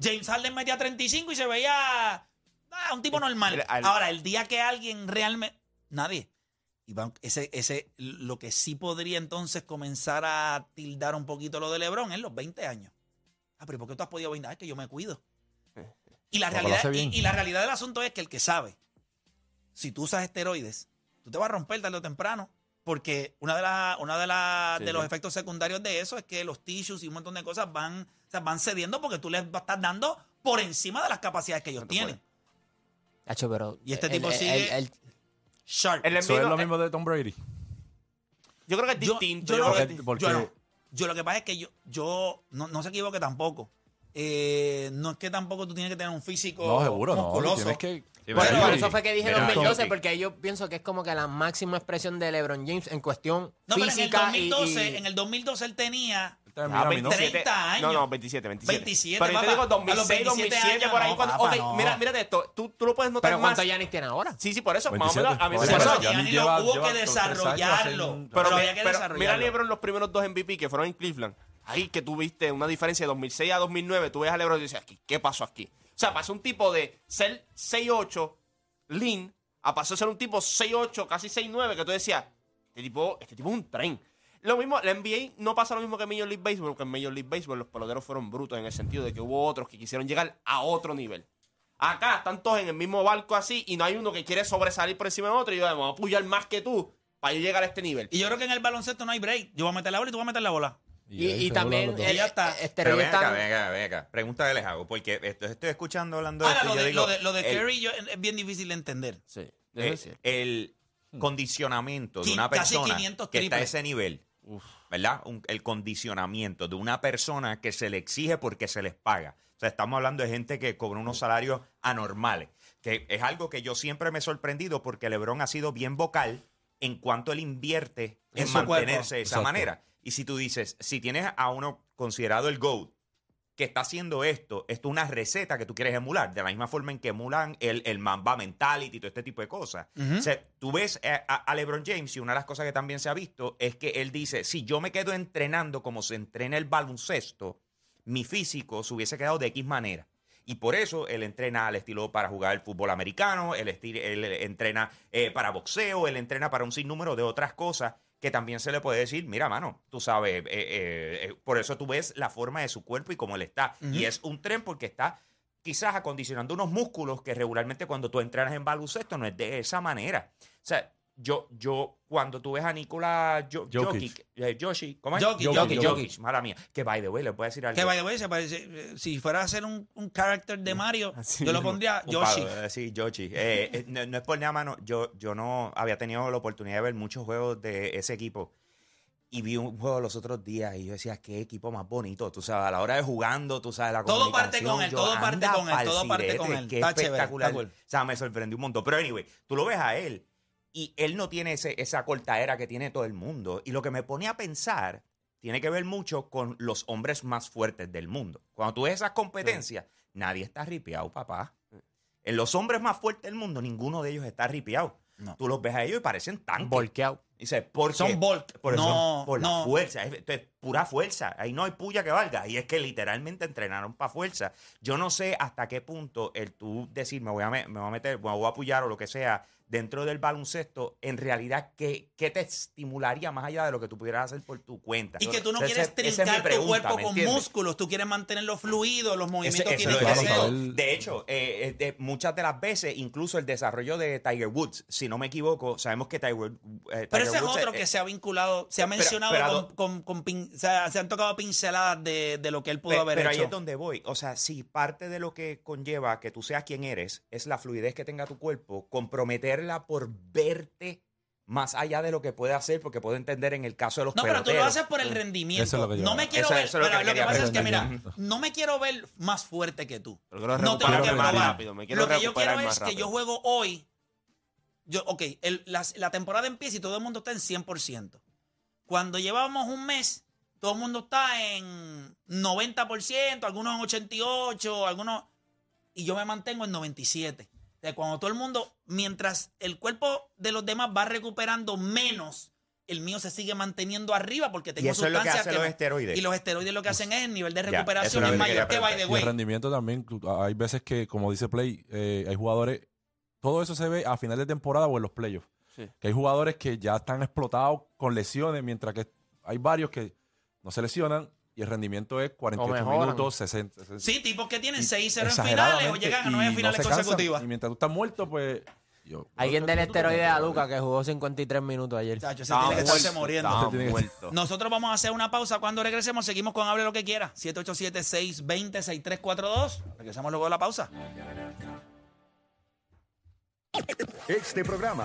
Speaker 2: James Harden metía 35 y se veía ah, un tipo normal.
Speaker 4: Mira, al-
Speaker 2: Ahora, el día que alguien realmente... Nadie. Y va- ese, ese, lo que sí podría entonces comenzar a tildar un poquito lo de Lebron es los 20 años. Ah, pero ¿y ¿por qué tú has podido 20? Ah, es que yo me cuido.
Speaker 4: Eh,
Speaker 2: Y la,
Speaker 3: Porque lo hace
Speaker 2: realidad,
Speaker 3: bien.
Speaker 2: y, y la realidad del asunto es que el que sabe, si tú usas esteroides, tú te vas a romper tarde o temprano. Porque una de las, una de las
Speaker 4: Sí,
Speaker 2: de los
Speaker 4: sí.
Speaker 2: efectos secundarios de eso es que los tissues y un montón de cosas van, o sea, van cediendo porque tú les vas a estar dando por encima de las capacidades que ellos
Speaker 4: No te
Speaker 2: tienen.
Speaker 1: Hacho, pero
Speaker 2: Y este
Speaker 1: el-
Speaker 2: tipo
Speaker 1: el-
Speaker 2: sigue-
Speaker 1: el- el-
Speaker 2: Sharp.
Speaker 4: El
Speaker 3: Eso es
Speaker 4: envido-
Speaker 3: lo mismo de Tom Brady.
Speaker 4: Yo creo que es
Speaker 2: Yo-
Speaker 4: distinto.
Speaker 2: yo
Speaker 4: Yo,
Speaker 2: no-
Speaker 4: creo que es
Speaker 3: Porque- porque-
Speaker 4: di-
Speaker 2: Yo no. Yo lo que pasa es que yo, yo no, no se equivoque tampoco. Eh, no es que tampoco tú tienes que tener un físico
Speaker 3: No, seguro, no.
Speaker 2: musculoso.
Speaker 3: Tienes que.
Speaker 8: Sí,
Speaker 1: Bueno,
Speaker 8: pero-
Speaker 1: por eso fue que dije
Speaker 8: Mira,
Speaker 1: 2012,
Speaker 8: Kobe.
Speaker 1: porque yo pienso que es como que la máxima expresión de LeBron James en cuestión
Speaker 2: No, pero en el
Speaker 1: física. y-
Speaker 2: 2012,
Speaker 1: y-
Speaker 2: en el 2012 él tenía
Speaker 3: Está en
Speaker 4: Ah,
Speaker 3: Miami, ¿no?
Speaker 2: 23. 30 años.
Speaker 4: No, no, 27, 27.
Speaker 2: 27,
Speaker 4: Pero yo te
Speaker 2: papá.
Speaker 4: digo
Speaker 2: A los
Speaker 4: 2006,
Speaker 2: 27
Speaker 4: 2007,
Speaker 2: años,
Speaker 4: por ahí.
Speaker 2: no,
Speaker 4: cuando-
Speaker 2: papá,
Speaker 4: ok,
Speaker 2: no.
Speaker 4: Mira, mírate esto. Tú, tú lo puedes notar
Speaker 1: pero
Speaker 4: más.
Speaker 1: ¿cuánto Giannis tiene ahora?
Speaker 4: Sí, sí, por eso. Más o menos. A mí
Speaker 2: Por
Speaker 4: me
Speaker 2: eso,
Speaker 4: pasó.
Speaker 2: ya- Gianni lo hubo que desarrollarlo.
Speaker 4: Pero,
Speaker 2: Pero
Speaker 4: mi-
Speaker 2: había que
Speaker 4: pero mira
Speaker 2: desarrollarlo.
Speaker 4: LeBron los primeros dos MVP que fueron en Cleveland. Ahí que tú viste una diferencia de 2006 a 2009. Tú ves a LeBron y dices, "Aquí, ¿qué pasó aquí? O sea, pasó un tipo de ser 6'8, lean, a ah, pasó a ser un tipo 6'8, casi 6'9, que tú decías, este tipo, este tipo es un tren. Lo mismo, la NBA no pasa lo mismo que en Major League Baseball, porque en Major League Baseball los peloteros fueron brutos en el sentido de que hubo otros que quisieron llegar a otro nivel. Acá están todos en el mismo barco así y no hay uno que quiere sobresalir por encima de otro y yo, vamos a apoyar más que tú para yo llegar a este nivel.
Speaker 2: Y yo creo que en el baloncesto no hay break. Yo voy a meter la bola y tú vas a meter la bola.
Speaker 1: Y, y también
Speaker 2: dos. Ya está.
Speaker 8: Pero
Speaker 1: esteroides
Speaker 8: ven acá,
Speaker 1: están-
Speaker 8: ven acá, ven acá. Pregunta que les hago, porque esto- estoy escuchando hablando de
Speaker 2: Ahora, lo
Speaker 8: esto. y yo
Speaker 2: de,
Speaker 8: digo,
Speaker 2: lo de, lo de
Speaker 8: el-
Speaker 2: Curry yo- es bien difícil de entender.
Speaker 4: Sí,
Speaker 8: eh, el, condicionamiento de
Speaker 2: Qui-
Speaker 8: una
Speaker 2: casi
Speaker 8: persona
Speaker 2: 500
Speaker 8: que está a
Speaker 2: triples.
Speaker 8: ese nivel
Speaker 4: ¿verdad? Un- el condicionamiento de una persona que se le exige porque se les paga. O sea, estamos hablando de gente que cobra unos salarios anormales, que es algo que yo siempre me he sorprendido porque LeBron ha sido bien vocal en cuanto él invierte
Speaker 2: En
Speaker 4: en,
Speaker 2: su cuerpo.
Speaker 4: mantenerse de esa
Speaker 3: Exacto.
Speaker 4: manera. Y si tú dices, si tienes a uno considerado el GOAT, que está haciendo esto, esto es una receta que tú quieres emular, de la misma forma en que emulan el, el Mamba Mentality y todo este tipo de cosas. O sea, tú ves a, a- a LeBron James y una de las cosas que también se ha visto es que él dice, si yo me quedo entrenando como se entrena el baloncesto, mi físico se hubiese quedado de X manera. Y por eso él entrena al estilo para jugar el fútbol americano, él, esti- él entrena eh, para boxeo, él entrena para un sinnúmero de otras cosas que también se le puede decir, mira, mano, tú sabes, eh, eh, eh, por eso tú ves la forma de su cuerpo y cómo él está. Y es un tren porque está quizás acondicionando unos músculos que regularmente cuando tú entrenas en baloncesto no es de esa manera. O sea, yo, yo cuando tú ves a Nicolás Jo-
Speaker 3: Jokic.
Speaker 4: Jokic, eh, Joshi, ¿cómo es?
Speaker 2: Jokic,
Speaker 3: Jokic,
Speaker 4: Jokic, mala mía. Que by the way, le voy a decir algo.
Speaker 2: Que by the way, se parece- eh, si fuera a ser un, un character de Mario,
Speaker 4: Ah,
Speaker 9: Así
Speaker 2: yo lo
Speaker 9: mismo.
Speaker 2: pondría Yoshi.
Speaker 4: Yoshi. Ah, Sí, Yoshi. Eh, eh, no, no es por nada, mano. Yo, yo no había tenido la oportunidad de ver muchos juegos de ese equipo. Y vi un juego los otros días y yo decía, qué equipo más bonito. Tú sabes, a la hora de jugando, tú sabes, la
Speaker 2: Todo parte con
Speaker 4: comunicación,
Speaker 2: él,
Speaker 4: yo,
Speaker 2: todo parte
Speaker 4: anda
Speaker 2: con él,
Speaker 4: pa'l
Speaker 2: todo parte
Speaker 4: sirete,
Speaker 2: con él.
Speaker 4: Qué
Speaker 2: Está chévere,
Speaker 4: espectacular.
Speaker 2: está cool.
Speaker 4: O sea, me sorprendió un montón. Pero anyway, tú lo ves a él y él no tiene ese, esa cortadera que tiene todo el mundo. Y lo que me pone a pensar tiene que ver mucho con los hombres más fuertes del mundo. Cuando tú ves esas competencias, nadie está ripiado, papá. En los hombres más fuertes del mundo, ninguno de ellos está ripiado.
Speaker 2: No.
Speaker 4: Tú los ves a ellos y parecen tanques.
Speaker 1: Volqueado.
Speaker 4: Dice, ¿por
Speaker 2: Son
Speaker 4: qué?
Speaker 2: Volk.
Speaker 4: Por, eso,
Speaker 2: No,
Speaker 4: por
Speaker 2: no.
Speaker 4: la fuerza. Es, esto es pura fuerza. Ahí no hay puya que valga. Y es que literalmente entrenaron para fuerza. Yo no sé hasta qué punto el tú decir, me voy a, me, me voy a meter, me voy a apoyar o lo que sea, dentro del baloncesto, en realidad, ¿qué, qué te estimularía más allá de lo que tú pudieras hacer por tu cuenta?
Speaker 2: Y que tú no
Speaker 4: Ese-
Speaker 2: quieres
Speaker 4: esa es mi
Speaker 2: trincar tu
Speaker 4: pregunta,
Speaker 2: cuerpo
Speaker 4: ¿me
Speaker 2: con
Speaker 4: entiendes?
Speaker 2: músculos, tú quieres mantenerlo fluido, los
Speaker 4: Ese-
Speaker 2: movimientos
Speaker 4: eso
Speaker 2: tienen
Speaker 4: es lo
Speaker 2: que
Speaker 4: que
Speaker 2: ser.
Speaker 4: digo.
Speaker 3: saber.
Speaker 4: De hecho, eh, eh, de- muchas de las veces, incluso el desarrollo de Tiger Woods, si no me equivoco, sabemos que Tiger, eh, Tiger
Speaker 2: Pero ese es
Speaker 4: Woods,
Speaker 2: otro
Speaker 4: eh,
Speaker 2: que se ha vinculado, se ha
Speaker 4: pero-
Speaker 2: mencionado
Speaker 4: pero a
Speaker 2: con, con- con pin- o sea, se han tocado pinceladas de, de lo que él pudo
Speaker 4: Pe-
Speaker 2: haber
Speaker 4: pero
Speaker 2: hecho.
Speaker 4: ahí es donde voy. O sea, si parte de lo que conlleva que tú seas quien eres es la fluidez que tenga tu cuerpo, comprometerla por verte más allá de lo que puede hacer, porque puedo entender en el caso de los
Speaker 2: No, pero tú lo
Speaker 4: peloteros.
Speaker 2: haces por el rendimiento.
Speaker 3: Eso es lo que yo
Speaker 2: no
Speaker 3: hago.
Speaker 2: me quiero
Speaker 4: Eso-
Speaker 2: ver.
Speaker 4: eso es lo que
Speaker 2: pero lo que
Speaker 4: quería
Speaker 2: pasa es que,
Speaker 3: aprender.
Speaker 2: mira, no me quiero ver más fuerte que tú.
Speaker 9: Pero quiero
Speaker 2: No tengo que
Speaker 9: recuperarme más
Speaker 2: probar.
Speaker 9: rápido. Me quiero
Speaker 2: lo que yo
Speaker 9: recuperar
Speaker 2: quiero
Speaker 9: más
Speaker 2: es que
Speaker 9: rápido.
Speaker 2: yo juego hoy. Yo, ok, el- las- la, temporada empieza y todo el mundo está en 100%. Cuando llevamos un mes, todo el mundo está en 90%, algunos en 88, algunos... Y yo me mantengo en 97. O sea, cuando todo el mundo, mientras el cuerpo de los demás va recuperando menos, el mío se sigue manteniendo arriba porque tengo
Speaker 4: Y eso es lo que
Speaker 2: sustancias
Speaker 4: hacen los esteroides.
Speaker 2: y los esteroides lo que hacen es el nivel de
Speaker 4: Ya,
Speaker 2: recuperación es
Speaker 4: eso es lo que
Speaker 2: mayor que
Speaker 4: quería
Speaker 2: by the
Speaker 3: Y el
Speaker 2: way.
Speaker 3: rendimiento también, tú- hay veces que, como dice Play, eh, hay jugadores, todo eso se ve a final de temporada o en los playoffs.
Speaker 9: Sí.
Speaker 3: Que hay jugadores que ya están explotados con lesiones, mientras que hay varios que no se lesionan y el rendimiento es 48
Speaker 1: mejoran.
Speaker 3: minutos, 60. 60.
Speaker 2: Sí, tipos que tienen
Speaker 3: Y
Speaker 2: 6-0 en finales o llegan a
Speaker 3: y
Speaker 2: 9
Speaker 3: no
Speaker 2: finales
Speaker 3: se cansan.
Speaker 2: consecutivas.
Speaker 3: Y mientras tú estás muerto, pues. yo-
Speaker 1: Alguien
Speaker 3: yo-
Speaker 1: del
Speaker 3: yo-
Speaker 1: esteroide a Luca que jugó 53 minutos ayer.
Speaker 2: Chacho, ese
Speaker 9: Estaba
Speaker 2: tiene que estarse
Speaker 9: muerto,
Speaker 2: muriendo.
Speaker 9: estaba
Speaker 3: Ese tiene que-
Speaker 9: muerto.
Speaker 2: Nosotros vamos a hacer una pausa. Cuando regresemos, seguimos con Hable lo que quiera. 787-620-6342. Regresamos luego de la pausa.
Speaker 5: Este programa